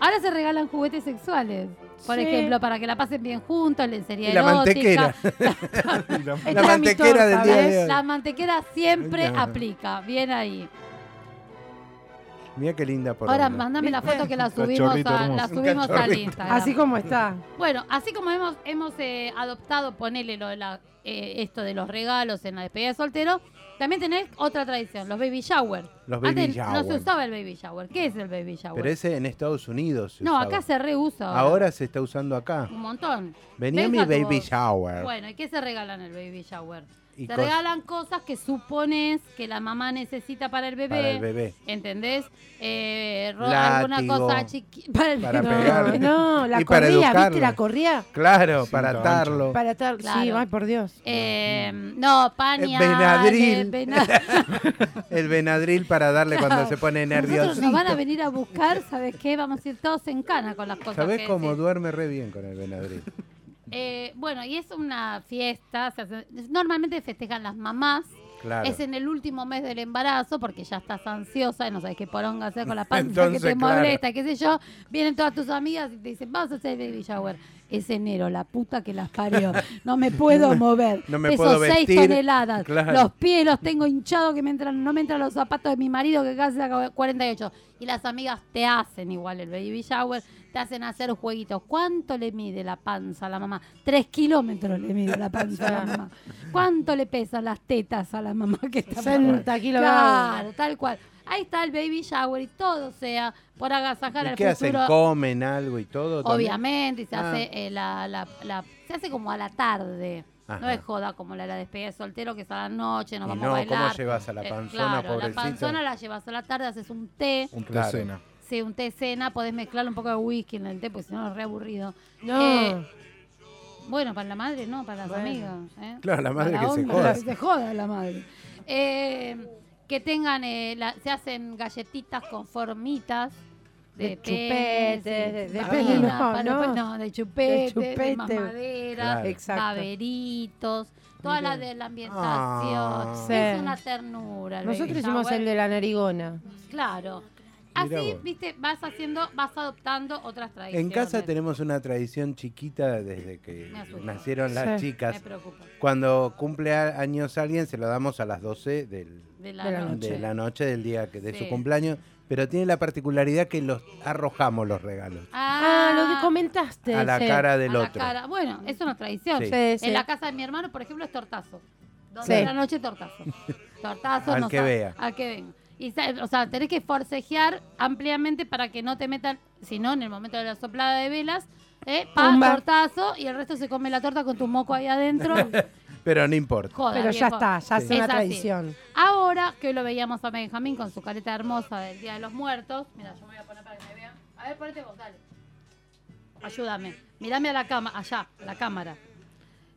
S3: Ahora se regalan juguetes sexuales. Por
S5: Sí.
S3: ejemplo, para que la pasen bien juntos, lencería
S1: Y la
S3: erótica.
S1: mantequera.
S3: Este
S5: Esta
S1: la
S5: era mi
S1: mantequera
S5: torta,
S1: del día
S5: ¿ves?
S1: de hoy.
S3: La mantequera siempre
S1: Mira.
S3: aplica. Bien ahí.
S1: Mira qué linda por
S3: Ahora mándame la foto que la subimos,
S4: cachorrito
S3: a,
S4: hermoso.
S3: la
S4: Un
S3: subimos al
S1: cachorrito.
S3: Instagram.
S5: Así como está.
S3: Bueno, así como hemos, hemos eh, adoptado, ponele lo de la, eh, esto de los regalos en la despedida de soltero, también tenés otra tradición, los baby shower.
S1: Los baby
S3: Antes no se
S1: shower.
S3: usaba el baby shower. ¿Qué es el baby shower?
S1: Pero ese en Estados Unidos. se
S3: no,
S1: usaba.
S3: acá se reusa.
S1: Ahora. se está usando acá.
S3: Un montón.
S1: Venía mi
S3: Venga tu
S1: baby
S3: voz.
S1: shower.
S3: Bueno, ¿y qué se regalan en el baby shower?
S1: Y
S3: se
S1: cos-
S3: regalan cosas que supones que la mamá necesita para el bebé.
S1: Para el bebé.
S3: ¿Entendés? Eh, ro-
S1: Látigo.
S3: alguna cosa chiquita. Para el
S1: Para
S3: bebé.
S1: pegar. Pegarle.
S5: No, la
S1: Y para
S5: corría, ¿viste
S1: educarla.
S5: la corría?
S1: Claro,
S4: Cinta
S1: para
S4: ancha.
S1: atarlo.
S5: Para estar. Sí,
S3: Claro.
S5: ay, por Dios.
S3: Eh, no, pañales,
S1: Mm. Eh, Benadryl.
S3: vena-
S1: El Benadryl para darle cuando se pone
S3: Nosotros
S1: nervioso.
S3: nos van a venir a buscar, ¿sabes qué? Vamos a ir todos en cana con las cosas.
S1: ¿Sabés
S3: que
S1: cómo
S3: decís.
S1: duerme re bien con el Benadryl?
S3: Eh, bueno, y es una fiesta. se hace- normalmente festejan las mamás.
S1: Claro.
S3: Es en el último mes del embarazo porque ya estás ansiosa y no sabes qué poronga hacer con la panza
S1: Entonces,
S3: que te
S1: claro.
S3: molesta, qué sé yo. Vienen todas tus amigas y te dicen, vamos a hacer el baby shower. Es enero, la puta que las parió. No me puedo mover.
S1: No me
S3: Peso
S1: puedo
S3: seis
S1: vestir.
S3: toneladas.
S1: Claro.
S3: Los pies los tengo hinchados que me entran, no me entran los zapatos de mi marido que casi saca 48. Y las amigas te hacen igual el baby shower, te hacen hacer jueguitos. ¿Cuánto le mide la panza a la mamá? Tres kilómetros le mide la panza a la mamá. ¿Cuánto le pesan las tetas a la mamá que está
S5: 60
S3: Claro,
S5: kilogramos.
S3: tal cual. Ahí está el baby shower y todo sea por agasajar
S1: ¿Y
S3: al
S1: qué hacen?
S3: futuro.
S1: ¿Comen algo y todo? también?
S3: Obviamente, y se
S1: Ah.
S3: hace eh, la, la- la- se hace como a la tarde. No
S1: Ajá.
S3: es joda como la, de la despedida de soltero que es a la noche, nos
S1: Y
S3: vamos
S1: no,
S3: a
S1: ¿cómo
S3: bailar.
S1: llevas a la
S3: Eh,
S1: panzona,
S3: claro, la
S1: pobrecita?
S3: panzona la llevas a la tarde, haces un té,
S4: Un
S1: Claro.
S4: cena.
S3: sí, un té cena, podés mezclar un poco de whisky en el té, porque si no es re aburrido.
S5: No.
S3: Eh, bueno, para la madre no, para las
S5: Bueno.
S3: amigas. ¿eh?
S1: Claro, la madre
S3: Para
S1: que se
S3: onda.
S1: joda.
S6: Que se joda la madre.
S3: Eh, que tengan, eh, la- se hacen galletitas con formitas. De,
S5: De
S3: pene,
S5: chupetes,
S3: sí,
S5: de- de
S3: vagina,
S5: pene, no,
S3: para-
S5: no.
S3: no, de chupetes, de,
S5: chupete.
S3: mamaderas,
S1: Claro.
S5: Exacto.
S3: baberitos, toda la de la ambientación.
S1: Ah.
S3: es
S5: Sí.
S3: una ternura. el
S5: Nosotros
S3: baby
S5: hicimos
S3: shower.
S5: el de la narigona.
S3: Claro.
S1: Mirá
S3: Así,
S1: vos.
S3: viste, vas haciendo, vas adoptando otras
S1: En
S3: tradiciones.
S1: casa tenemos una tradición chiquita desde que
S3: Me asustó.
S1: nacieron las
S5: Sí.
S3: Me
S1: chicas.
S3: preocupa.
S1: Cuando cumple a- años alguien, se lo damos a las 12 del,
S3: De la,
S5: De la
S3: noche.
S1: de la noche del día que, de
S3: Sí.
S1: su cumpleaños, pero tiene la particularidad que los arrojamos los regalos
S5: Ah, lo que comentaste.
S1: a la
S5: sí.
S1: cara
S3: a
S1: del
S3: la
S1: otro.
S3: cara. Bueno, es una tradición.
S1: Sí.
S5: Sí, sí.
S3: En la casa de mi hermano, por ejemplo, es tortazo. Donde
S5: Sí.
S3: de la noche tortazo. Tortazo,
S1: Al
S3: no
S1: que
S3: sabe-
S1: vea.
S3: Al que venga. Y, sa- o sea, tenés que forcejear ampliamente para que no te metan, si no, en el momento de la soplada de velas, eh, pa,
S5: Tumba.
S3: tortazo, y el resto se come la torta con tu moco ahí adentro.
S1: Pero no importa.
S3: Joda,
S5: Pero ya
S3: viejo.
S5: está, ya es
S3: Sí.
S5: una
S3: Es así.
S5: tradición.
S3: Ahora que hoy lo veíamos a Benjamín con su careta hermosa del Día de los Muertos. Mira, yo me voy a poner para que me vean. A ver, ponete vos, dale. Ayúdame. Mírame a la cama, allá, a la cámara.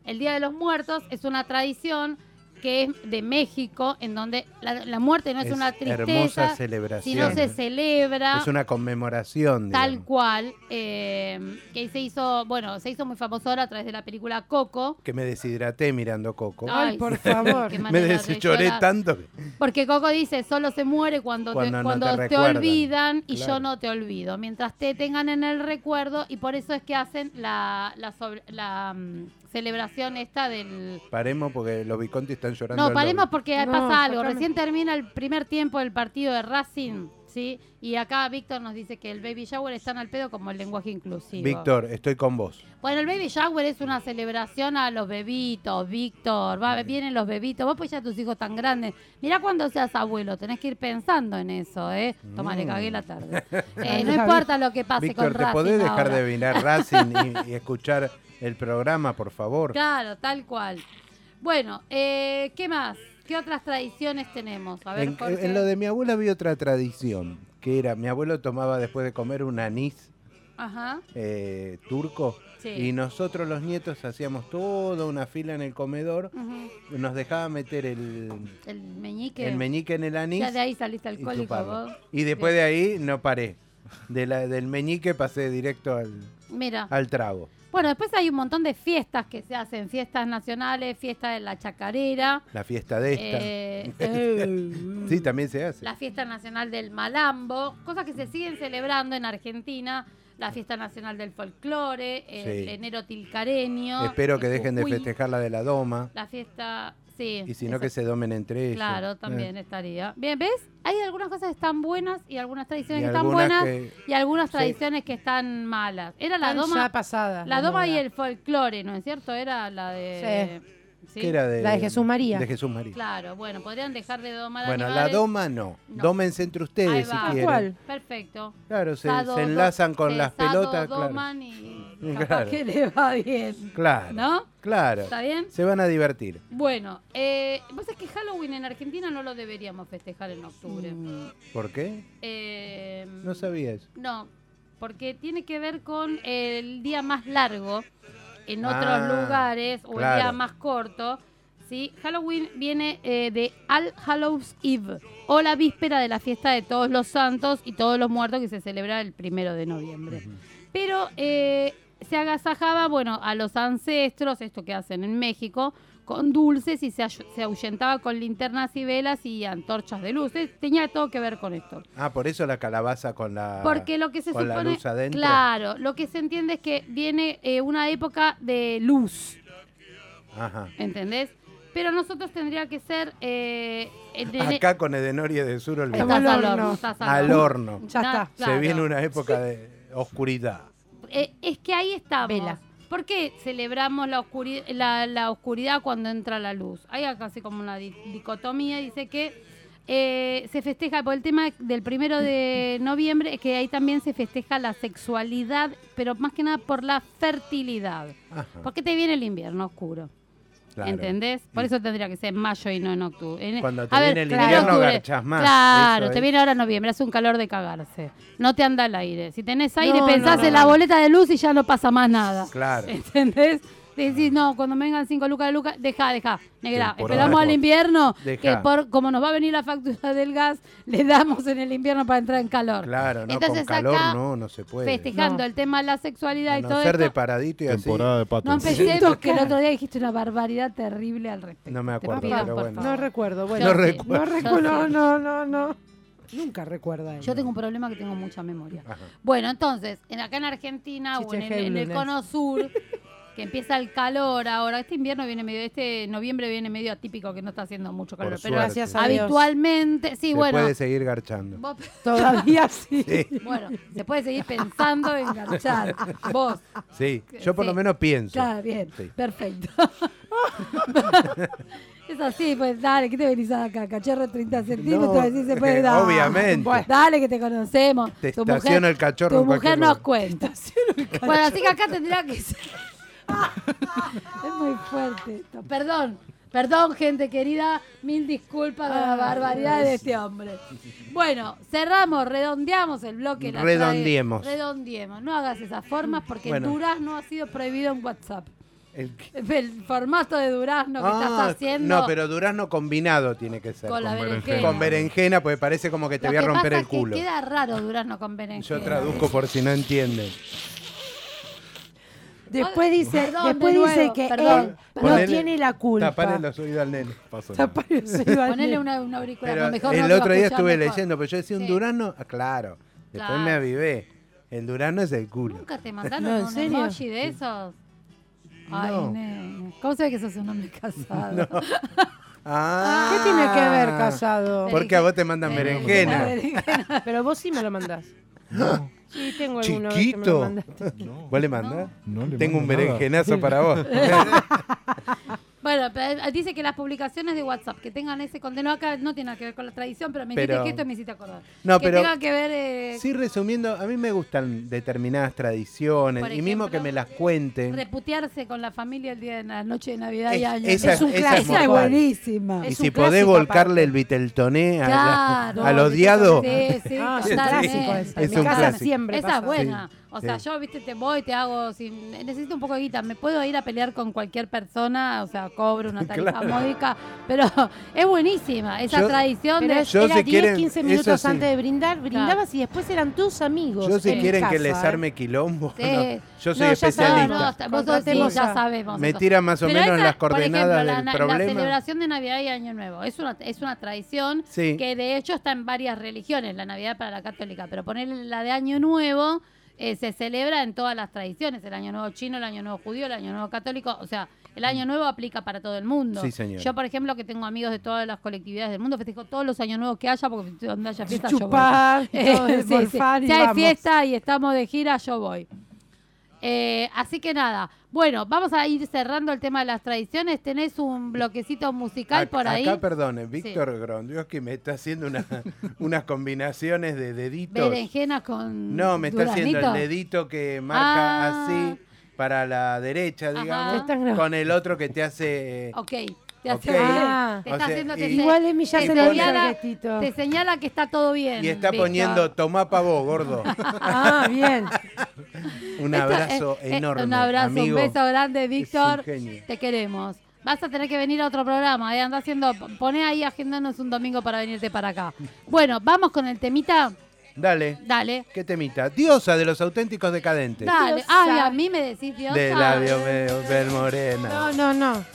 S3: El Día de los Muertos es una tradición que es de México, en donde la, la muerte no es,
S1: Es
S3: una
S1: hermosa
S3: tristeza, sino
S1: celebración.
S3: se celebra
S1: Es una conmemoración.
S3: tal
S1: digamos.
S3: cual, eh, que se hizo, bueno, se hizo muy famoso ahora a través de la película Coco.
S1: Que me deshidraté mirando Coco.
S3: Ay, por favor. Qué
S1: me
S3: manera de
S1: deshidraté
S3: llorar.
S1: tanto. que-
S3: Porque Coco dice, solo se muere cuando, te,
S1: Cuando no
S3: cuando
S1: te
S3: te,
S1: recuerdan.
S3: olvidan y yo
S1: Claro.
S3: no te olvido. Mientras te tengan en el recuerdo y por eso es que hacen la, la, sobre- la, mm, celebración esta del...
S1: Paremos porque los Visconti están llorando.
S3: No,
S1: al
S3: paremos
S1: doble.
S3: porque
S5: No,
S3: pasa algo.
S5: sacame.
S3: Recién termina el primer tiempo del partido de Racing, ¿sí? Y acá Víctor nos dice que el baby shower están al pedo como el lenguaje inclusivo.
S1: Víctor, estoy con vos.
S3: Bueno, el baby shower es una celebración a los bebitos, Víctor. Va, vienen los bebitos. Vos pues ya tus hijos tan grandes. Mirá cuando seas abuelo, tenés que ir pensando en eso, ¿eh? Toma, le cagué la tarde. Eh, no importa lo que pase
S1: Mm. Víctor,
S3: con
S1: ¿te
S3: Racing
S1: podés dejar
S3: ahora.
S1: de mirar Racing y, y escuchar el programa, por favor?
S3: Claro, tal cual. Bueno, eh, ¿qué más? ¿Qué otras tradiciones tenemos? A ver,
S1: en,
S3: Jorge.
S1: en lo de mi abuela había otra tradición, que era, mi abuelo tomaba después de comer un anís
S3: Ajá.
S1: eh, turco
S3: Sí.
S1: y nosotros los nietos hacíamos toda una fila en el comedor,
S3: Ujú.
S1: nos dejaba meter el,
S3: El meñique.
S1: el meñique en el anís
S3: Ya de ahí saliste
S1: y
S3: alcohólico
S1: chuparlo.
S3: vos.
S1: Y después de ahí no paré. De la- del meñique pasé directo al,
S3: Mira.
S1: al trago.
S3: Bueno, después hay un montón de fiestas que se hacen. Fiestas nacionales, fiesta de la chacarera.
S1: La fiesta de esta.
S3: Eh, eh,
S1: sí, también se hace.
S3: la fiesta nacional del malambo, cosas que se siguen celebrando en Argentina, la fiesta nacional del folclore, el
S1: Sí.
S3: enero tilcareño.
S1: Espero que
S3: el
S1: dejen de
S3: Jujuy,
S1: festejar la de la doma
S3: La fiesta, sí.
S1: y si no
S3: esa-
S1: que se domen entre ellos.
S3: Claro, también
S1: Eh,
S3: estaría. Bien, ¿ves? Hay algunas cosas que están buenas y algunas tradiciones
S1: Y
S3: que están
S1: algunas
S3: buenas
S1: que-
S3: y algunas
S1: sí.
S3: tradiciones que están malas. Era la
S5: Están
S3: doma,
S5: ya pasadas
S3: la
S5: las
S3: doma y
S5: modas.
S3: el folclore, ¿no es cierto? Era la de... ¿sí?
S1: que era de,
S5: La de Jesús María.
S1: De Jesús María.
S3: Claro, bueno, podrían dejar de domar
S1: Bueno, la
S3: animales.
S1: doma no.
S3: No.
S1: Dómense entre
S3: Ahí
S1: ustedes si
S3: va.
S1: quieren.
S5: ¿Cuál?
S3: Perfecto.
S1: Claro, se,
S3: Sado-
S1: se enlazan con
S3: se
S1: las pelotas. Claro.
S3: sadodoman y capaz
S1: Claro.
S3: que le va bien.
S1: Claro.
S3: ¿No?
S1: Claro.
S3: ¿Está bien?
S1: Se van a divertir.
S3: Bueno, eh, vos es que Halloween en Argentina no lo deberíamos festejar en octubre.
S1: ¿Por qué?
S3: Eh,
S1: Mm. No sabía eso.
S3: No, porque tiene que ver con el día más largo en otros
S1: Ah,
S3: lugares o el día
S1: claro.
S3: más corto. ¿sí? Halloween viene eh, de All Hallows Eve o la víspera de la fiesta de todos los santos y todos los muertos que se celebra el primero de noviembre. Pero eh, se agasajaba, bueno, a los ancestros, esto que hacen en México, con dulces y se, ayu- se ahuyentaba con linternas y velas y antorchas de luces. Tenía todo que ver con esto.
S1: Ah, por eso la calabaza con la
S3: Porque lo que se
S1: con la
S3: supone.
S1: luz adentro.
S3: Claro, lo que se entiende es que viene eh, una época de luz,
S1: Ajá.
S3: ¿entendés? Pero nosotros tendría que ser. eh, en- en-
S1: Acá con Edenoria de Sur olvidate.
S3: estás al
S5: Al horno.
S3: horno, estás
S1: al horno.
S5: Ya
S3: Na-
S5: está.
S3: claro.
S1: Se viene una época de oscuridad.
S3: Eh, es que ahí estamos.
S5: Vela.
S3: ¿Por qué celebramos la, oscuri- la, la oscuridad cuando entra la luz? Hay casi como una di- dicotomía. Dice que eh, se festeja, por el tema del primero de noviembre, es que ahí también se festeja la sexualidad, pero más que nada por la fertilidad.
S1: Ajá,
S3: Porque te viene el invierno oscuro.
S1: claro.
S3: ¿Entendés? Por
S1: Y-
S3: eso tendría que ser en mayo y no en octubre. En-
S1: Cuando te
S3: a
S1: viene
S3: ver,
S1: el
S3: claro,
S1: invierno,
S3: octubre.
S1: garchás más.
S3: Claro,
S1: Eso
S3: te
S1: es.
S3: viene ahora noviembre, hace un calor de cagarse. No te anda el aire. Si tenés aire,
S5: No,
S3: pensás
S5: no, no.
S3: en la boleta de luz y ya no pasa más nada.
S1: Claro.
S3: ¿Entendés? Decís, no, cuando me vengan cinco lucas de lucas, deja, deja, negra,
S1: Temporada.
S3: esperamos al invierno,
S1: Dejá.
S3: que por como nos va a venir la factura del gas, le damos en el invierno para entrar en calor.
S1: Claro, no,
S3: Entonces
S1: con calor
S3: acá,
S1: no, no se puede.
S3: Festejando
S5: No.
S3: el tema de la sexualidad
S1: A
S3: y
S1: no
S3: todo
S1: ser de
S3: esto,
S1: paradito y así.
S4: Temporada de
S3: no
S4: patos.
S3: empecemos que el otro día dijiste una barbaridad terrible al respecto.
S1: No me
S3: Te
S1: acuerdo,
S3: pido,
S1: pero
S3: por
S1: bueno.
S5: No
S3: favor.
S5: recuerdo.
S3: Yo
S5: Bueno,
S3: sí.
S5: no
S3: Yo
S5: recuerdo.
S3: sí.
S5: No, no, no. Nunca recuerda él.
S3: Yo tengo un problema que tengo mucha memoria.
S1: Ajá.
S3: Bueno, entonces, en, acá en Argentina o en, el-
S5: Chiche
S3: en el
S5: Heblun,
S3: cono sur, que empieza el calor ahora, este invierno viene medio, este noviembre viene medio atípico, que no está haciendo mucho calor,
S1: Por
S3: pero
S1: suerte.
S5: Gracias a Dios.
S3: habitualmente, sí,
S1: Se
S3: bueno,
S1: puede seguir garchando.
S3: vos-
S5: Todavía sí.
S3: bueno, se puede seguir pensando en garchar. Vos,
S1: Sí, yo por
S3: Sí.
S1: lo menos pienso.
S6: Claro, bien,
S1: Sí.
S6: perfecto. es así, pues dale, ¿qué te venís a acá? Cachorro de 30 centímetros,
S1: No, eh,
S6: así se puede dar.
S1: obviamente.
S6: Bueno, Dale, que te conocemos.
S1: Te
S6: Tu
S1: estaciona
S6: mujer-
S1: el cachorro
S6: Tu
S1: en cualquier
S6: mujer nos
S1: lugar.
S6: cuenta.
S3: bueno, así que acá tendría que ser...
S6: Es muy fuerte esto.
S3: Perdón, perdón, gente querida, mil disculpas a la barbaridad de este hombre. Bueno, cerramos, redondeamos el bloque. la tra-
S1: Redondiemos.
S3: redondiemos. No hagas esas formas porque
S1: Bueno.
S3: el durazno ha sido prohibido en WhatsApp.
S1: El que-
S3: El formato de durazno que
S1: Ah,
S3: estás haciendo.
S1: No, pero durazno combinado tiene que ser.
S3: Con la Con berenjena. berenjena.
S1: Con berenjena, porque parece como que te
S3: Lo
S1: voy a
S3: que
S1: romper
S3: pasa
S1: el
S3: es que
S1: culo.
S3: queda raro durazno con berenjena.
S1: Yo traduzco por si no entienden.
S5: Después dice,
S3: Perdón,
S5: después
S3: de
S5: dice
S3: nuevo,
S5: que
S3: perdón.
S5: él no tiene la culpa.
S1: Tapale los oídos al nene.
S5: Tapale los oídos al
S3: Ponele
S5: nene.
S3: una, una auricular.
S1: Pero
S3: no, mejor no
S1: el
S3: lo
S1: otro día
S3: escuchás
S1: estuve
S3: mejor.
S1: leyendo, pero yo decía un
S3: Sí.
S1: durazno, ah, claro. Después
S3: Claro.
S1: me avivé. El durazno es el culo.
S3: ¿Nunca te mandaron
S5: No, ¿en
S3: un
S5: serio?
S3: emoji de esos? Ay,
S1: No.
S3: nene. ¿Cómo se ve que sos un hombre casado?
S1: Ah,
S5: ¿Qué tiene que ver casado?
S1: Porque a vos te mandan
S3: Berenjena.
S1: berenjena.
S5: Pero vos sí me lo mandás. Sí, tengo alguna vez que me lo
S1: Chiquito.
S5: mandaste.
S1: ¿Vos le mandás?
S4: No le
S1: Tengo un
S4: mando nada.
S1: berenjenazo para vos.
S3: Bueno, pero, eh, dice que las publicaciones de WhatsApp que tengan ese contenido acá no tiene nada que ver con la tradición, pero me dijiste
S1: Pero-
S3: que esto y me hiciste acordar.
S1: No,
S3: que
S1: pero-
S3: tenga que ver. eh,
S1: Sí, resumiendo, a mí me gustan determinadas tradiciones
S3: Por
S1: y mismo que
S3: ejemplo,
S1: me las cuenten.
S3: Reputearse con la familia el día de la noche de Navidad y
S1: Es-
S3: Año
S1: esa-
S3: Nuevo.
S6: es un
S1: esa
S6: clásico. Esa es
S1: mortal.
S6: buenísima.
S1: Y
S5: Es
S1: si
S5: un
S1: podés
S5: clásico
S1: volcarle
S5: aparte.
S1: el viteltoné a la-
S3: Claro.
S1: al odiado,
S3: Sí, sí,
S5: Ah, es un
S3: totalmente.
S5: clásico ese.
S1: Es
S5: En mi
S1: un
S5: casa
S1: clásico.
S5: siempre
S3: Esa
S5: pasa.
S3: es buena. o
S1: sí.
S3: sea, yo, viste, te voy, te hago. sin- necesito un poco de guita. Me puedo ir a pelear con cualquier persona. O sea, cobro una tarifa
S1: Claro.
S3: módica. Pero es buenísima esa
S1: Yo-
S3: tradición
S5: Pero
S3: de.
S1: Yo,
S5: era
S1: si
S5: 10,
S1: quieren,
S5: 15
S1: eso
S5: minutos
S1: sí.
S5: antes de brindar, brindabas y después eran tus amigos.
S1: yo si
S5: en
S1: quieren
S5: casa,
S1: que les
S5: ¿eh?
S1: arme quilombo,
S3: Sí.
S1: no, yo soy
S5: No, ya
S1: especialista.
S3: No, no, está- vos sos- sí,
S5: Contratemos
S3: ya
S5: a-
S3: sabemos.
S1: me
S3: eso.
S1: tira más o
S3: Pero
S1: menos
S3: esa,
S1: las
S3: por
S1: coordenadas
S3: ejemplo, la
S1: del
S3: na- La
S1: problema.
S3: celebración de Navidad y Año Nuevo es una, es una tradición
S1: Sí.
S3: que de hecho está en varias religiones, la Navidad para la católica, pero poner la de Año Nuevo eh, se celebra en todas las tradiciones, el Año Nuevo chino, el Año Nuevo judío, el Año Nuevo católico, o sea, el Año Nuevo aplica para todo el mundo.
S1: Mm. Sí, señora.
S3: Yo, por ejemplo, que tengo amigos de todas las colectividades del mundo, festejo todos los Años Nuevos que haya, porque donde haya fiesta yo voy.
S5: Chupar,
S3: Eh,
S5: todo el
S3: sí, sí.
S5: morfar y
S3: Si hay
S5: vamos.
S3: fiesta y estamos de gira, yo voy. Eh, así que nada, bueno, vamos a ir cerrando el tema de las tradiciones. Tenés un bloquecito musical
S1: Ac-
S3: por ahí.
S1: Acá, perdone, Víctor Grondioski me está haciendo una- unas combinaciones de deditos.
S3: Berenjenas con.
S1: No, me está haciendo el
S3: duraznito.
S1: dedito que
S3: Ah.
S1: marca así para la derecha,
S3: Ajá.
S1: digamos,
S5: Te están grabando.
S1: con el otro que te hace...
S3: Ok, te
S1: Ok.
S3: hace.
S5: Ah,
S3: te
S1: o
S3: está
S1: sea,
S3: haciendo. te
S1: y-
S3: se-
S5: Igual Emi ya
S3: te
S5: se le hizo
S3: señala-
S5: el gestito.
S3: Te señala que está todo bien.
S1: Y está
S3: Víctor.
S1: poniendo, tomá pa' vos, gordo.
S5: Ah, bien.
S1: Un
S3: Esto es-
S1: abrazo
S3: es-
S1: enorme,
S3: Un abrazo,
S1: amigo.
S3: un beso grande, Víctor.
S1: genio.
S3: Te queremos. Vas a tener que venir a otro programa, ¿eh? Anda haciendo, poné ahí, agendanos un domingo para venirte para acá. Bueno, vamos con el temita.
S1: Dale,
S3: Dale.
S1: ¿qué temita? Diosa de los auténticos decadentes.
S3: Dale.
S5: Diosa.
S3: Ay, a mí me decís Dios.
S1: De labio medio del morena.
S5: No, no, no.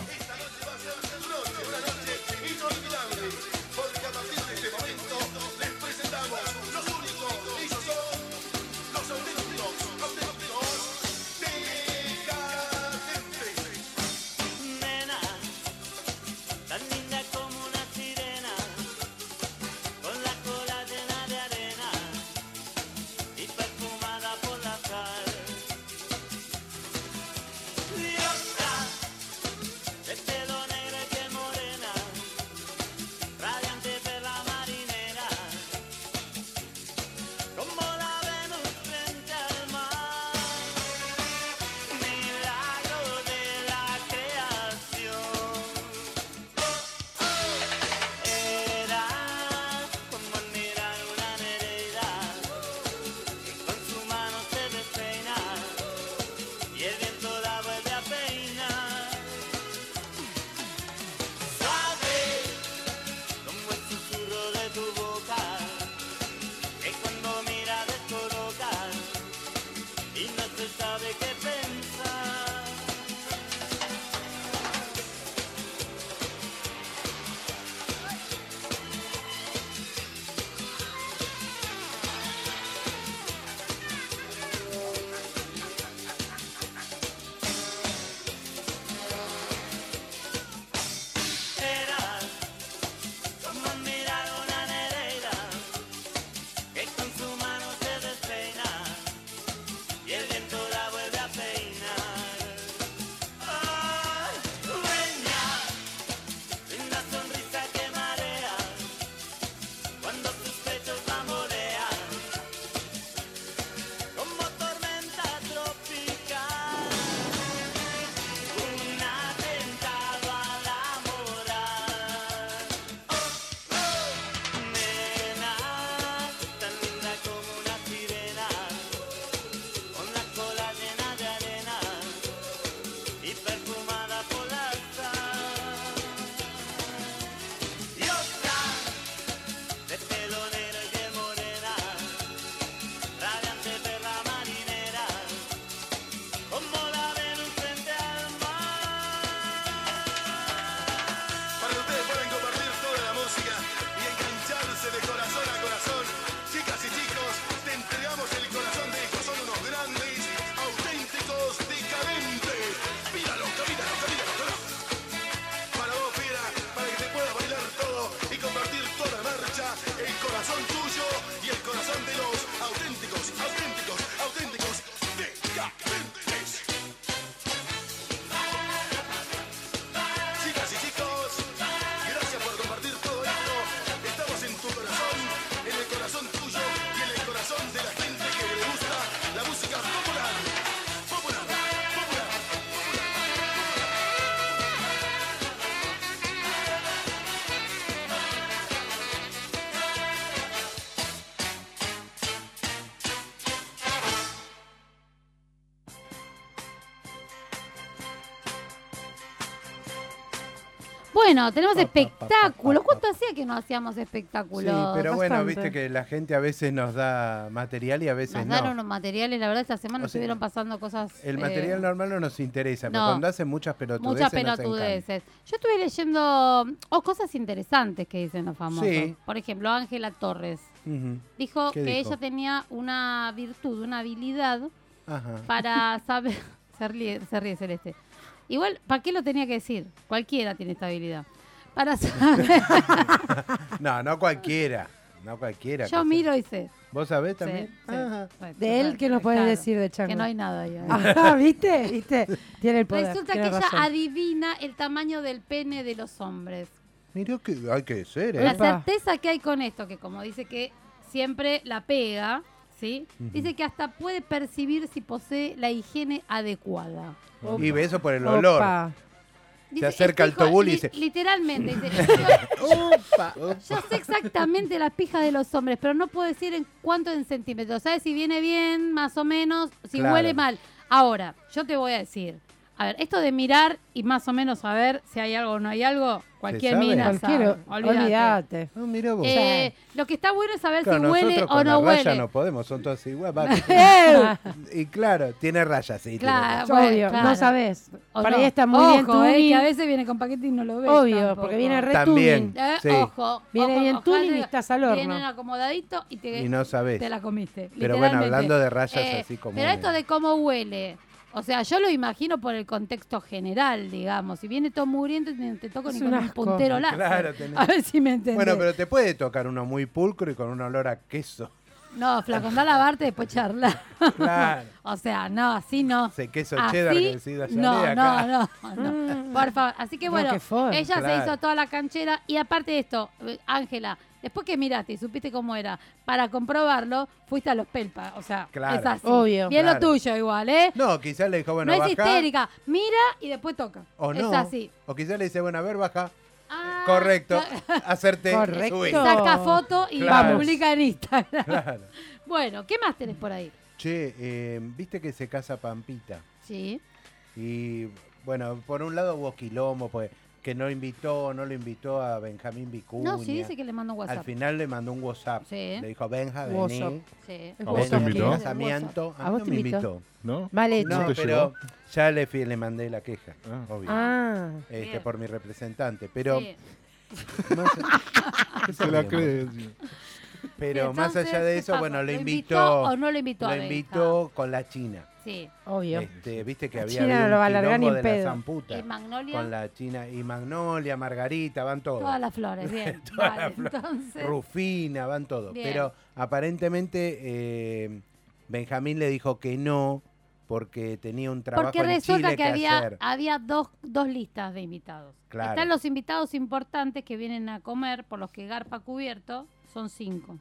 S7: Nena, tan linda como una sirena, con la cola llena de arena y perfumada por la sal. Diosa, de
S3: Bueno, tenemos espectáculos. ¿Cuánto hacía que no hacíamos espectáculos?
S1: Sí, pero bueno, viste que la gente a veces nos da material y a veces
S3: Nos
S1: no.
S3: daron los materiales, la verdad, esta semana
S1: O sea,
S3: estuvieron pasando cosas.
S1: El
S3: eh,
S1: material normal no nos interesa, pero
S3: no.
S1: cuando hacen muchas pelotudeces
S3: Muchas
S1: nos encanta.
S3: pelotudeces. Yo estuve leyendo oh, cosas interesantes que dicen los famosos.
S1: Sí.
S3: Por ejemplo, Ángela Torres
S1: Ujú.
S3: dijo
S1: ¿Qué
S3: que
S1: dijo?
S3: ella tenía una virtud, una habilidad
S1: Ajá.
S3: para saber. se, ríe, se ríe Celeste. Igual, ¿para qué lo tenía que decir? Cualquiera tiene esta habilidad. Para saber.
S1: No, no cualquiera. No cualquiera.
S3: Yo miro y sé.
S1: ¿Vos sabés
S3: Sí,
S1: también? Ah,
S3: sí, sí,
S6: De él,
S3: claro,
S6: ¿qué nos pueden
S3: claro,
S6: decir de Chango?
S3: Que no hay nada ahí. adentro.
S5: Ah,
S6: Ajá, ¿viste? ¿Viste? Tiene el poder.
S3: Resulta que
S6: tiene
S3: ella
S6: razón.
S3: adivina el tamaño del pene de los hombres.
S1: Miró que hay que ser,
S3: La
S1: ¿eh?
S6: Epa.
S3: certeza que hay con esto, que como dice que siempre la pega, ¿sí?
S1: Ujú.
S3: Dice que hasta puede percibir si posee la higiene adecuada.
S1: Y ve eso por el
S5: Opa.
S1: olor.
S3: Dice,
S1: acerca al
S3: "Estoy
S1: tobul y
S3: li-
S1: dice-
S3: Literalmente, dice, "Yo- yo sé exactamente las pijas de los hombres, pero no puedo decir en cuánto en centímetros. ¿Sabes si viene bien, más o menos, si
S1: Claro.
S3: huele mal? Ahora, yo te voy a decir. A ver, esto de mirar y más o menos saber si hay algo o no hay algo, cualquier
S1: sabe.
S3: mina sabe.
S5: Cualquiera,
S3: Olvídate.
S5: olvídate.
S1: No, Ah, mirá vos.
S3: Eh, lo que está bueno es saber
S1: Claro,
S3: si huele
S1: nosotros
S3: o
S1: con
S3: no
S1: la raya
S3: huele.
S1: no podemos, son todas iguales. va.
S6: ¡Eh!
S1: y claro, tiene rayas, sí. tiene
S3: Claro.
S1: rayas.
S3: Bueno,
S6: obvio,
S3: claro.
S6: no sabés.
S3: O
S5: Para
S3: no.
S5: ahí está muy bien
S6: Ojo, eh,
S5: tuning.
S6: que a veces viene con paquete y no lo ves.
S5: Obvio,
S6: tampoco.
S5: porque viene re
S1: También.
S5: tuning.
S3: Eh,
S1: Sí.
S3: Ojo.
S5: Viene
S3: ojo,
S5: bien
S3: ojalá
S5: tuning y
S3: te-
S5: estás al horno.
S3: Vienen acomodadito y te,
S1: Y no sabés.
S6: Te la comiste.
S1: Pero bueno,
S6: literalmente.
S1: hablando de rayas
S3: Eh,
S1: así como.
S3: Pero esto de cómo huele. O sea, yo lo imagino por el contexto general, digamos. Si viene todo mugriento y te, te toco
S6: Es
S3: ni
S6: un
S3: con un
S6: asco.
S3: puntero láser.
S1: Claro, tenés-
S6: A ver si me entendés.
S1: Bueno, pero te puede tocar uno muy pulcro y con un olor a queso.
S3: No, flaco, anda a lavarte y después charla.
S1: Claro.
S3: o sea, no, así no.
S1: Ese queso
S3: Así,
S1: cheddar que decís allá de
S3: ¿Ah, no,
S1: acá.
S3: no, no, no. Por favor. Así que
S5: No,
S3: bueno,
S5: qué fuerte.
S3: ella se
S1: Claro.
S3: hizo toda la canchera. Y aparte de esto, eh, Ángela, después que miraste y supiste cómo era, para comprobarlo, fuiste a los pelpa. O sea,
S1: Claro.
S3: es así.
S5: Obvio.
S3: Bien
S1: Claro.
S3: lo tuyo igual, ¿eh?
S1: No, quizás le dijo, bueno,
S3: no es
S1: baja.
S3: histérica. Mira y después toca.
S1: O no.
S3: Es así.
S1: O quizás le dice, bueno, a ver, baja.
S3: Ah,
S1: Correcto.
S3: sa-
S1: Hacerte
S5: Correcto.
S1: subir.
S3: Saca foto y
S1: Claro.
S3: la publica en Instagram.
S1: Claro.
S3: Bueno, ¿qué más tenés por ahí?
S1: Che, eh, viste que se casa Pampita.
S3: Sí.
S1: Y bueno, por un lado hubo quilombo, pues que no invitó, no lo invitó a Benjamín Vicuña.
S3: No, sí, dice que le mando un
S1: Al
S3: WhatsApp.
S1: final le mandó un WhatsApp.
S3: Sí.
S1: Le dijo, Benja, vení.
S5: WhatsApp.
S3: Sí.
S4: ¿A vos te
S1: vení
S4: invitó?
S1: al casamiento. A,
S5: ¿A
S1: mí
S5: vos
S1: no
S5: te
S1: me
S5: invitó?
S1: invitó.
S4: ¿No?
S5: Mal hecho.
S1: No,
S4: te
S1: pero
S4: llegó?
S1: ya le, fui- le mandé la queja,
S4: Ah.
S1: obvio.
S5: Ah,
S1: Este,
S3: Bien.
S1: por mi representante. Pero,
S3: Sí.
S1: más,
S4: Se la cree. sí.
S1: pero
S3: Entonces,
S1: más allá
S3: ¿qué
S1: de eso,
S3: pasó?
S1: bueno, lo invitó.
S3: o no lo invitó? a
S1: lo
S3: Benja?
S1: invitó con la China.
S3: Sí.
S5: obvio.
S1: Este, viste que
S5: La
S1: había
S5: China no
S1: habido
S5: lo
S1: un
S5: va a largar ni
S1: quilombo
S5: en
S1: de la
S5: pedo.
S1: zamputa.
S3: ¿Y Magnolia?
S1: con la China y Magnolia, Margarita, van todos.
S3: Todas las flores, bien.
S1: Todas
S3: vale,
S1: las
S3: entonces.
S1: Rufina, van todos.
S3: Bien.
S1: Pero aparentemente eh, Benjamín le dijo que no porque tenía un trabajo
S3: Porque
S1: en Chile
S3: resulta
S1: que,
S3: que había,
S1: hacer.
S3: había dos, dos listas de invitados.
S1: Claro.
S3: Están los invitados importantes que vienen a comer, por los que Garpa cubierto, son cinco.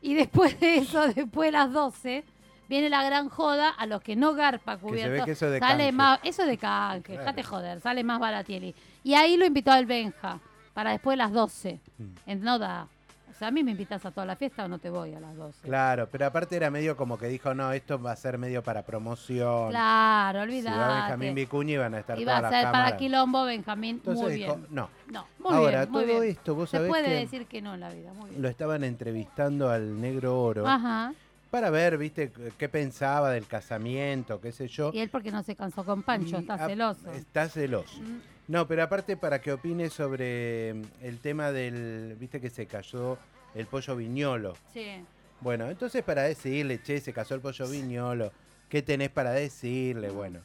S3: Y después de eso, después de las 12, viene la gran joda a los que no Garpa
S1: Que se
S3: cubierto.
S1: ve que eso de
S3: sale
S1: canje.
S3: más, eso es de canje,
S1: Claro.
S3: dejate joder, sale más baratieli. Y ahí lo invitó al Benja, para después de las 12.
S1: Mm.
S3: En- no da. O sea, a mí me invitas a toda la fiesta o no te voy a las 12.
S1: Claro, pero aparte era medio como que dijo, no, esto va a ser medio para promoción.
S3: Claro,
S1: Si va Benjamín
S3: olvidate.
S1: Vicuña iban a estar
S3: Iba
S1: todas
S3: a
S1: las
S3: ser para
S1: cámaras.
S3: Quilombo, Benjamín,
S1: Entonces
S3: muy
S1: dijo,
S3: bien.
S1: no.
S3: No, muy
S1: Ahora,
S3: bien, muy
S1: todo
S3: bien.
S1: esto, vos
S3: Se
S1: sabés
S3: puede
S1: que
S3: decir que no en la vida, muy bien.
S1: lo estaban entrevistando al Negro Oro
S3: Ajá.
S1: para ver, viste, qué pensaba del casamiento, qué sé yo.
S3: Y él porque no se cansó con Pancho,
S1: Y
S3: está
S1: ap-
S3: celoso.
S1: Está celoso.
S3: Mm.
S1: No, pero aparte para que opine sobre mm, el tema del, viste que se cayó el pollo viñolo.
S3: Sí.
S1: Bueno, entonces para decirle, che, se casó el pollo viñolo, ¿qué tenés para decirle? Bueno,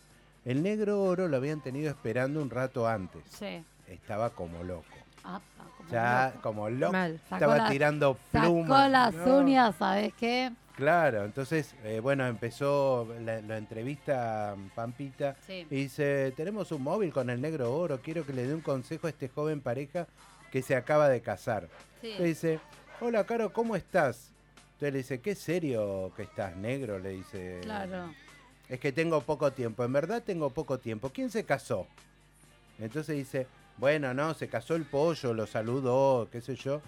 S1: el negro oro lo habían tenido esperando un rato antes.
S3: Sí.
S1: Estaba como loco.
S3: Apa, como
S1: Ya,
S3: loco.
S1: como loco.
S5: Mal.
S3: Sacó
S1: Estaba
S3: la-
S1: tirando
S3: Sacó
S1: plumas.
S3: las
S1: No.
S3: uñas, ¿sabes qué?
S1: Claro, entonces, eh, bueno, empezó la, la entrevista mm, Pampita
S3: Sí.
S1: y dice, tenemos un móvil con el negro oro, quiero que le dé un consejo a este joven pareja que se acaba de casar. Le
S3: Sí.
S1: dice, hola Caro, ¿cómo estás? Entonces le dice, qué serio que estás negro, le dice.
S3: Claro.
S1: Es que tengo poco tiempo, en verdad tengo poco tiempo. ¿Quién se casó? Entonces dice, bueno, no, se casó el pollo, lo saludó, qué sé yo.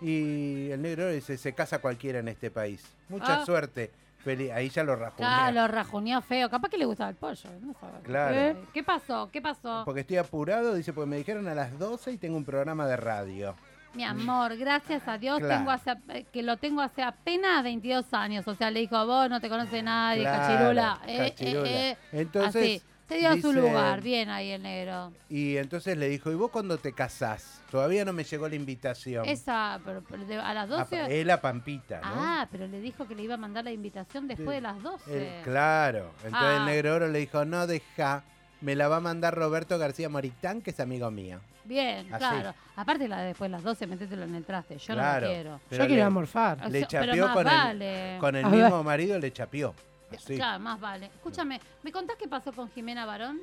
S1: Y el negro dice, se casa cualquiera en este país. Mucha
S3: Ah.
S1: suerte. Feli- ahí ya lo rajuñé.
S3: Claro, rajuneó feo. Capaz que le gustaba el pollo. No sabemos.
S1: Claro.
S3: ¿Eh? ¿Qué pasó? ¿Qué pasó?
S1: Porque estoy apurado, dice, porque me dijeron a las 12 y tengo un programa de radio.
S3: Mi amor, gracias a Dios
S1: Claro.
S3: tengo hace- eh, que lo tengo hace apenas 22 años. O sea, le dijo, vos no te conoce nadie, cachirula. Eh, eh,
S1: cachirula.
S3: eh.
S1: Entonces,
S3: Así. Te dio su
S1: dice-
S3: lugar. Bien ahí el negro.
S1: Y entonces le dijo, ¿y vos cuándo te casás? Todavía no me llegó la invitación.
S3: Esa, pero- pero de- a las
S1: Ah,
S3: 12.
S1: Es la pampita, ¿no?
S3: Ah, pero le dijo que le iba a mandar la invitación después
S1: Sí. Eh,
S3: de las 12.
S1: El- claro. Entonces
S3: Ah.
S1: el negro oro le dijo, no, deja, me la va a mandar Roberto García Moritán, que es amigo mío.
S3: Bien,
S1: Así.
S3: claro. Aparte, la de después de las 12, metételo en el traste. Yo
S1: Claro.
S3: no lo quiero.
S1: Pero
S5: Yo quiero
S1: le-
S5: amorfar.
S1: Le
S3: Yo- pero
S1: chapeó
S3: más
S1: con
S3: vale.
S1: el, con el
S5: A
S1: mismo marido, le chapeó. Así.
S3: Claro, más vale. Escúchame, ¿me contás qué pasó con Jimena Barón?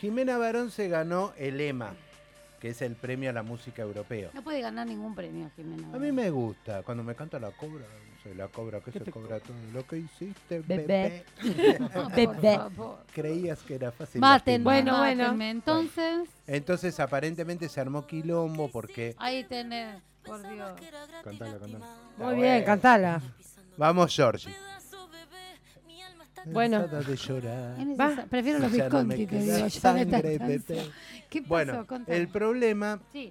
S1: Jimena Barón se ganó el EMA, que es el premio a la música europeo.
S3: No puede ganar ningún premio, Jimena.
S1: A
S3: Barón.
S1: mí me gusta, cuando me canta la cobra, se la cobra, que se cobra todo lo que hiciste, bebé.
S10: Bebé.
S3: No, por
S10: Bebé.
S3: favor.
S1: Creías que era fácil.
S3: Mátenme,
S1: lastimar.
S5: Bueno, bueno.
S3: mátenme. Entonces,
S1: Entonces aparentemente se armó quilombo porque...
S3: ahí tenés, por Dios.
S11: Cantala, cantala.
S5: Muy bien, cantala.
S1: Vamos, Georgie.
S5: Bueno.
S1: Cansada de llorar.
S3: Es necesario- Prefiero los
S1: Ya no
S3: Visconti,
S1: me
S3: te
S1: queda
S3: digo. yo de
S1: sangre,
S3: tanta
S1: Pepe.
S3: ansia. ¿Qué pasó?
S1: Bueno,
S3: Contame.
S1: el problema
S3: Sí.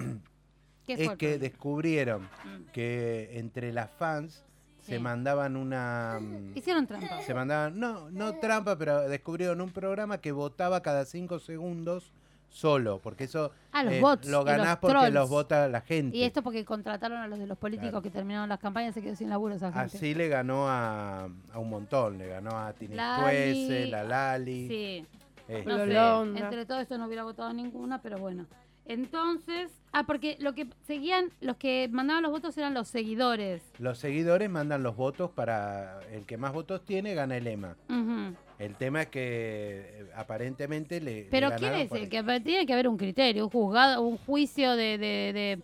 S3: ¿Qué Mm. fue
S1: es
S3: el
S1: que
S3: problema?
S1: descubrieron que entre las fans se
S3: Sí.
S1: mandaban una... mm,
S3: Hicieron trampa.
S1: Se mandaban, no,
S3: Eh.
S1: no trampa, pero descubrieron un programa que votaba cada cinco segundos solo, porque eso
S3: Ah, los bots y
S1: Eh, lo
S3: los
S1: ganás porque
S3: trolls.
S1: los vota la gente.
S3: Y esto porque contrataron a los de los políticos
S1: Claro. Ah,
S3: que terminaron las campañas se quedó sin laburo esa gente.
S1: Así le ganó a, a un montón, le ganó a Tini
S3: Lali.
S1: Puese, la Lali.
S3: Sí.
S1: este,
S3: No sé,
S5: Lolonda.
S3: entre todo esto no hubiera votado ninguna, pero bueno. Entonces, ah, porque lo que seguían, los que mandaban los votos eran los seguidores.
S1: Los seguidores mandan los votos para el que más votos tiene gana el EMA.
S3: Ujú.
S1: El tema es que eh, aparentemente le. le
S3: Pero ¿quién
S1: ganaron
S3: es
S1: por
S3: el
S1: ahí.
S3: que tiene que haber un criterio, un juzgado, un juicio de, de- de-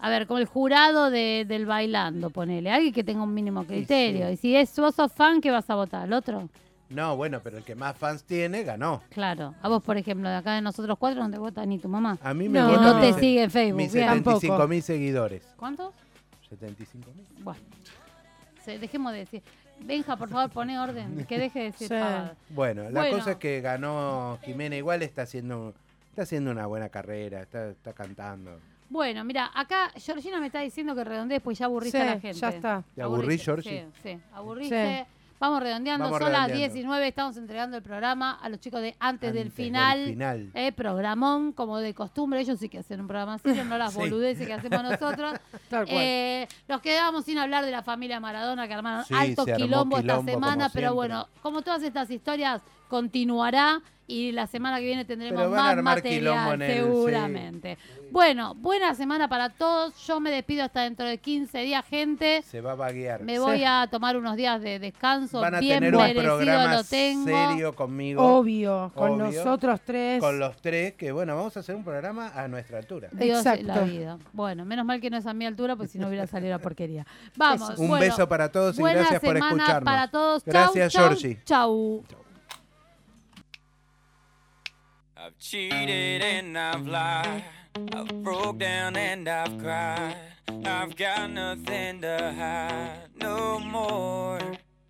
S3: a ver, como el jurado de- del bailando, ponele, alguien que tenga un mínimo criterio.
S1: sí.
S3: Y si es vos sos fan, ¿qué vas a votar? ¿El otro?
S1: No, bueno, pero el que más fans tiene ganó.
S3: Claro. A vos, por ejemplo, de acá de nosotros cuatro no te vota ni tu mamá.
S1: A mí me
S5: No.
S3: que
S1: votan
S3: no te
S1: mis-
S3: sigue en Facebook.
S1: Mis
S3: bien.
S5: tampoco.
S1: 75 mil seguidores.
S3: ¿Cuántos?
S1: 75 mil.
S3: Bueno. Se- dejemos de decir. Benja, por favor, pone orden. Que deje de decir
S5: Sí.
S3: pavadas.
S1: Bueno, la
S3: Bueno.
S1: cosa es que ganó Jimena. Igual está haciendo, está haciendo una buena carrera, está, está cantando.
S3: Bueno, mira, acá Georgina me está diciendo que redondees, pues ya aburriste
S5: Sí,
S3: a la gente.
S5: ya está.
S1: ¿Te aburrí,
S3: Aburriste,
S1: Georgie?
S3: Sí, sí, aburriste. Vamos redondeando,
S1: Vamos
S3: son las
S1: redondeando.
S3: 19, estamos entregando el programa a los chicos de Antes, del
S1: Antes
S3: Final.
S1: final.
S3: Eh, programón, como de costumbre, ellos sí que hacen un programa así, no las
S1: Sí.
S3: boludeces que hacemos nosotros.
S5: Tal cual.
S3: Eh, nos quedamos sin hablar de la familia Maradona que armaron
S1: Sí,
S3: alto
S1: se armó
S3: quilombo esta
S1: quilombo,
S3: semana,
S1: como
S3: pero
S1: siempre.
S3: bueno, como todas estas historias, continuará y la semana que viene tendremos
S1: Pero van a
S3: más
S1: armar quilombo
S3: material,
S1: en el-
S3: seguramente. Bueno, buena semana para todos. Yo me despido hasta dentro de 15 días, gente.
S1: Se va a vaguear.
S3: Me voy a tomar unos días de descanso,
S1: Van a
S3: bien
S1: tener un
S3: merecido
S1: programa
S3: lo tengo. Oh,
S1: serio conmigo.
S5: Obvio, con
S1: Obvio.
S5: nosotros tres.
S1: Con los tres, que bueno, vamos a hacer un programa a nuestra altura.
S3: Dios y la
S5: Exacto.
S3: vida. Bueno, menos mal que no es a mi altura, pues si no hubiera salido la porquería. Vamos.
S1: Un
S3: bueno,
S1: beso para todos y
S3: buena
S1: gracias por
S3: semana
S1: escucharnos.
S3: para todos. Chau,
S1: Gracias,
S3: chau,
S1: Georgie.
S3: Chau.
S12: I've cheated and I've lied. I've broke down and I've cried. I've got nothing to hide no more.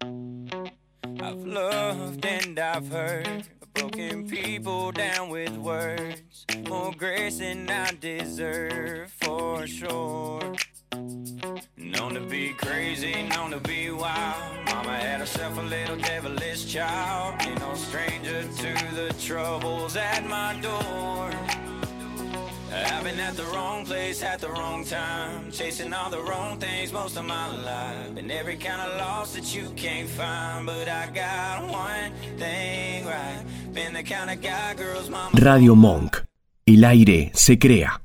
S12: I've loved and I've hurt. Broken people down with words. More grace than I deserve for sure. Known to be crazy, known to be wild. Mama had herself a little devilish child. Ain't no stranger to the troubles at my door. I've been at the wrong place at the wrong time. Chasing all the wrong things most of my life. And every kind of loss that you can't find. But I got one thing right. Been the kind of guy girls mama.
S13: Radio Monk. El aire se crea.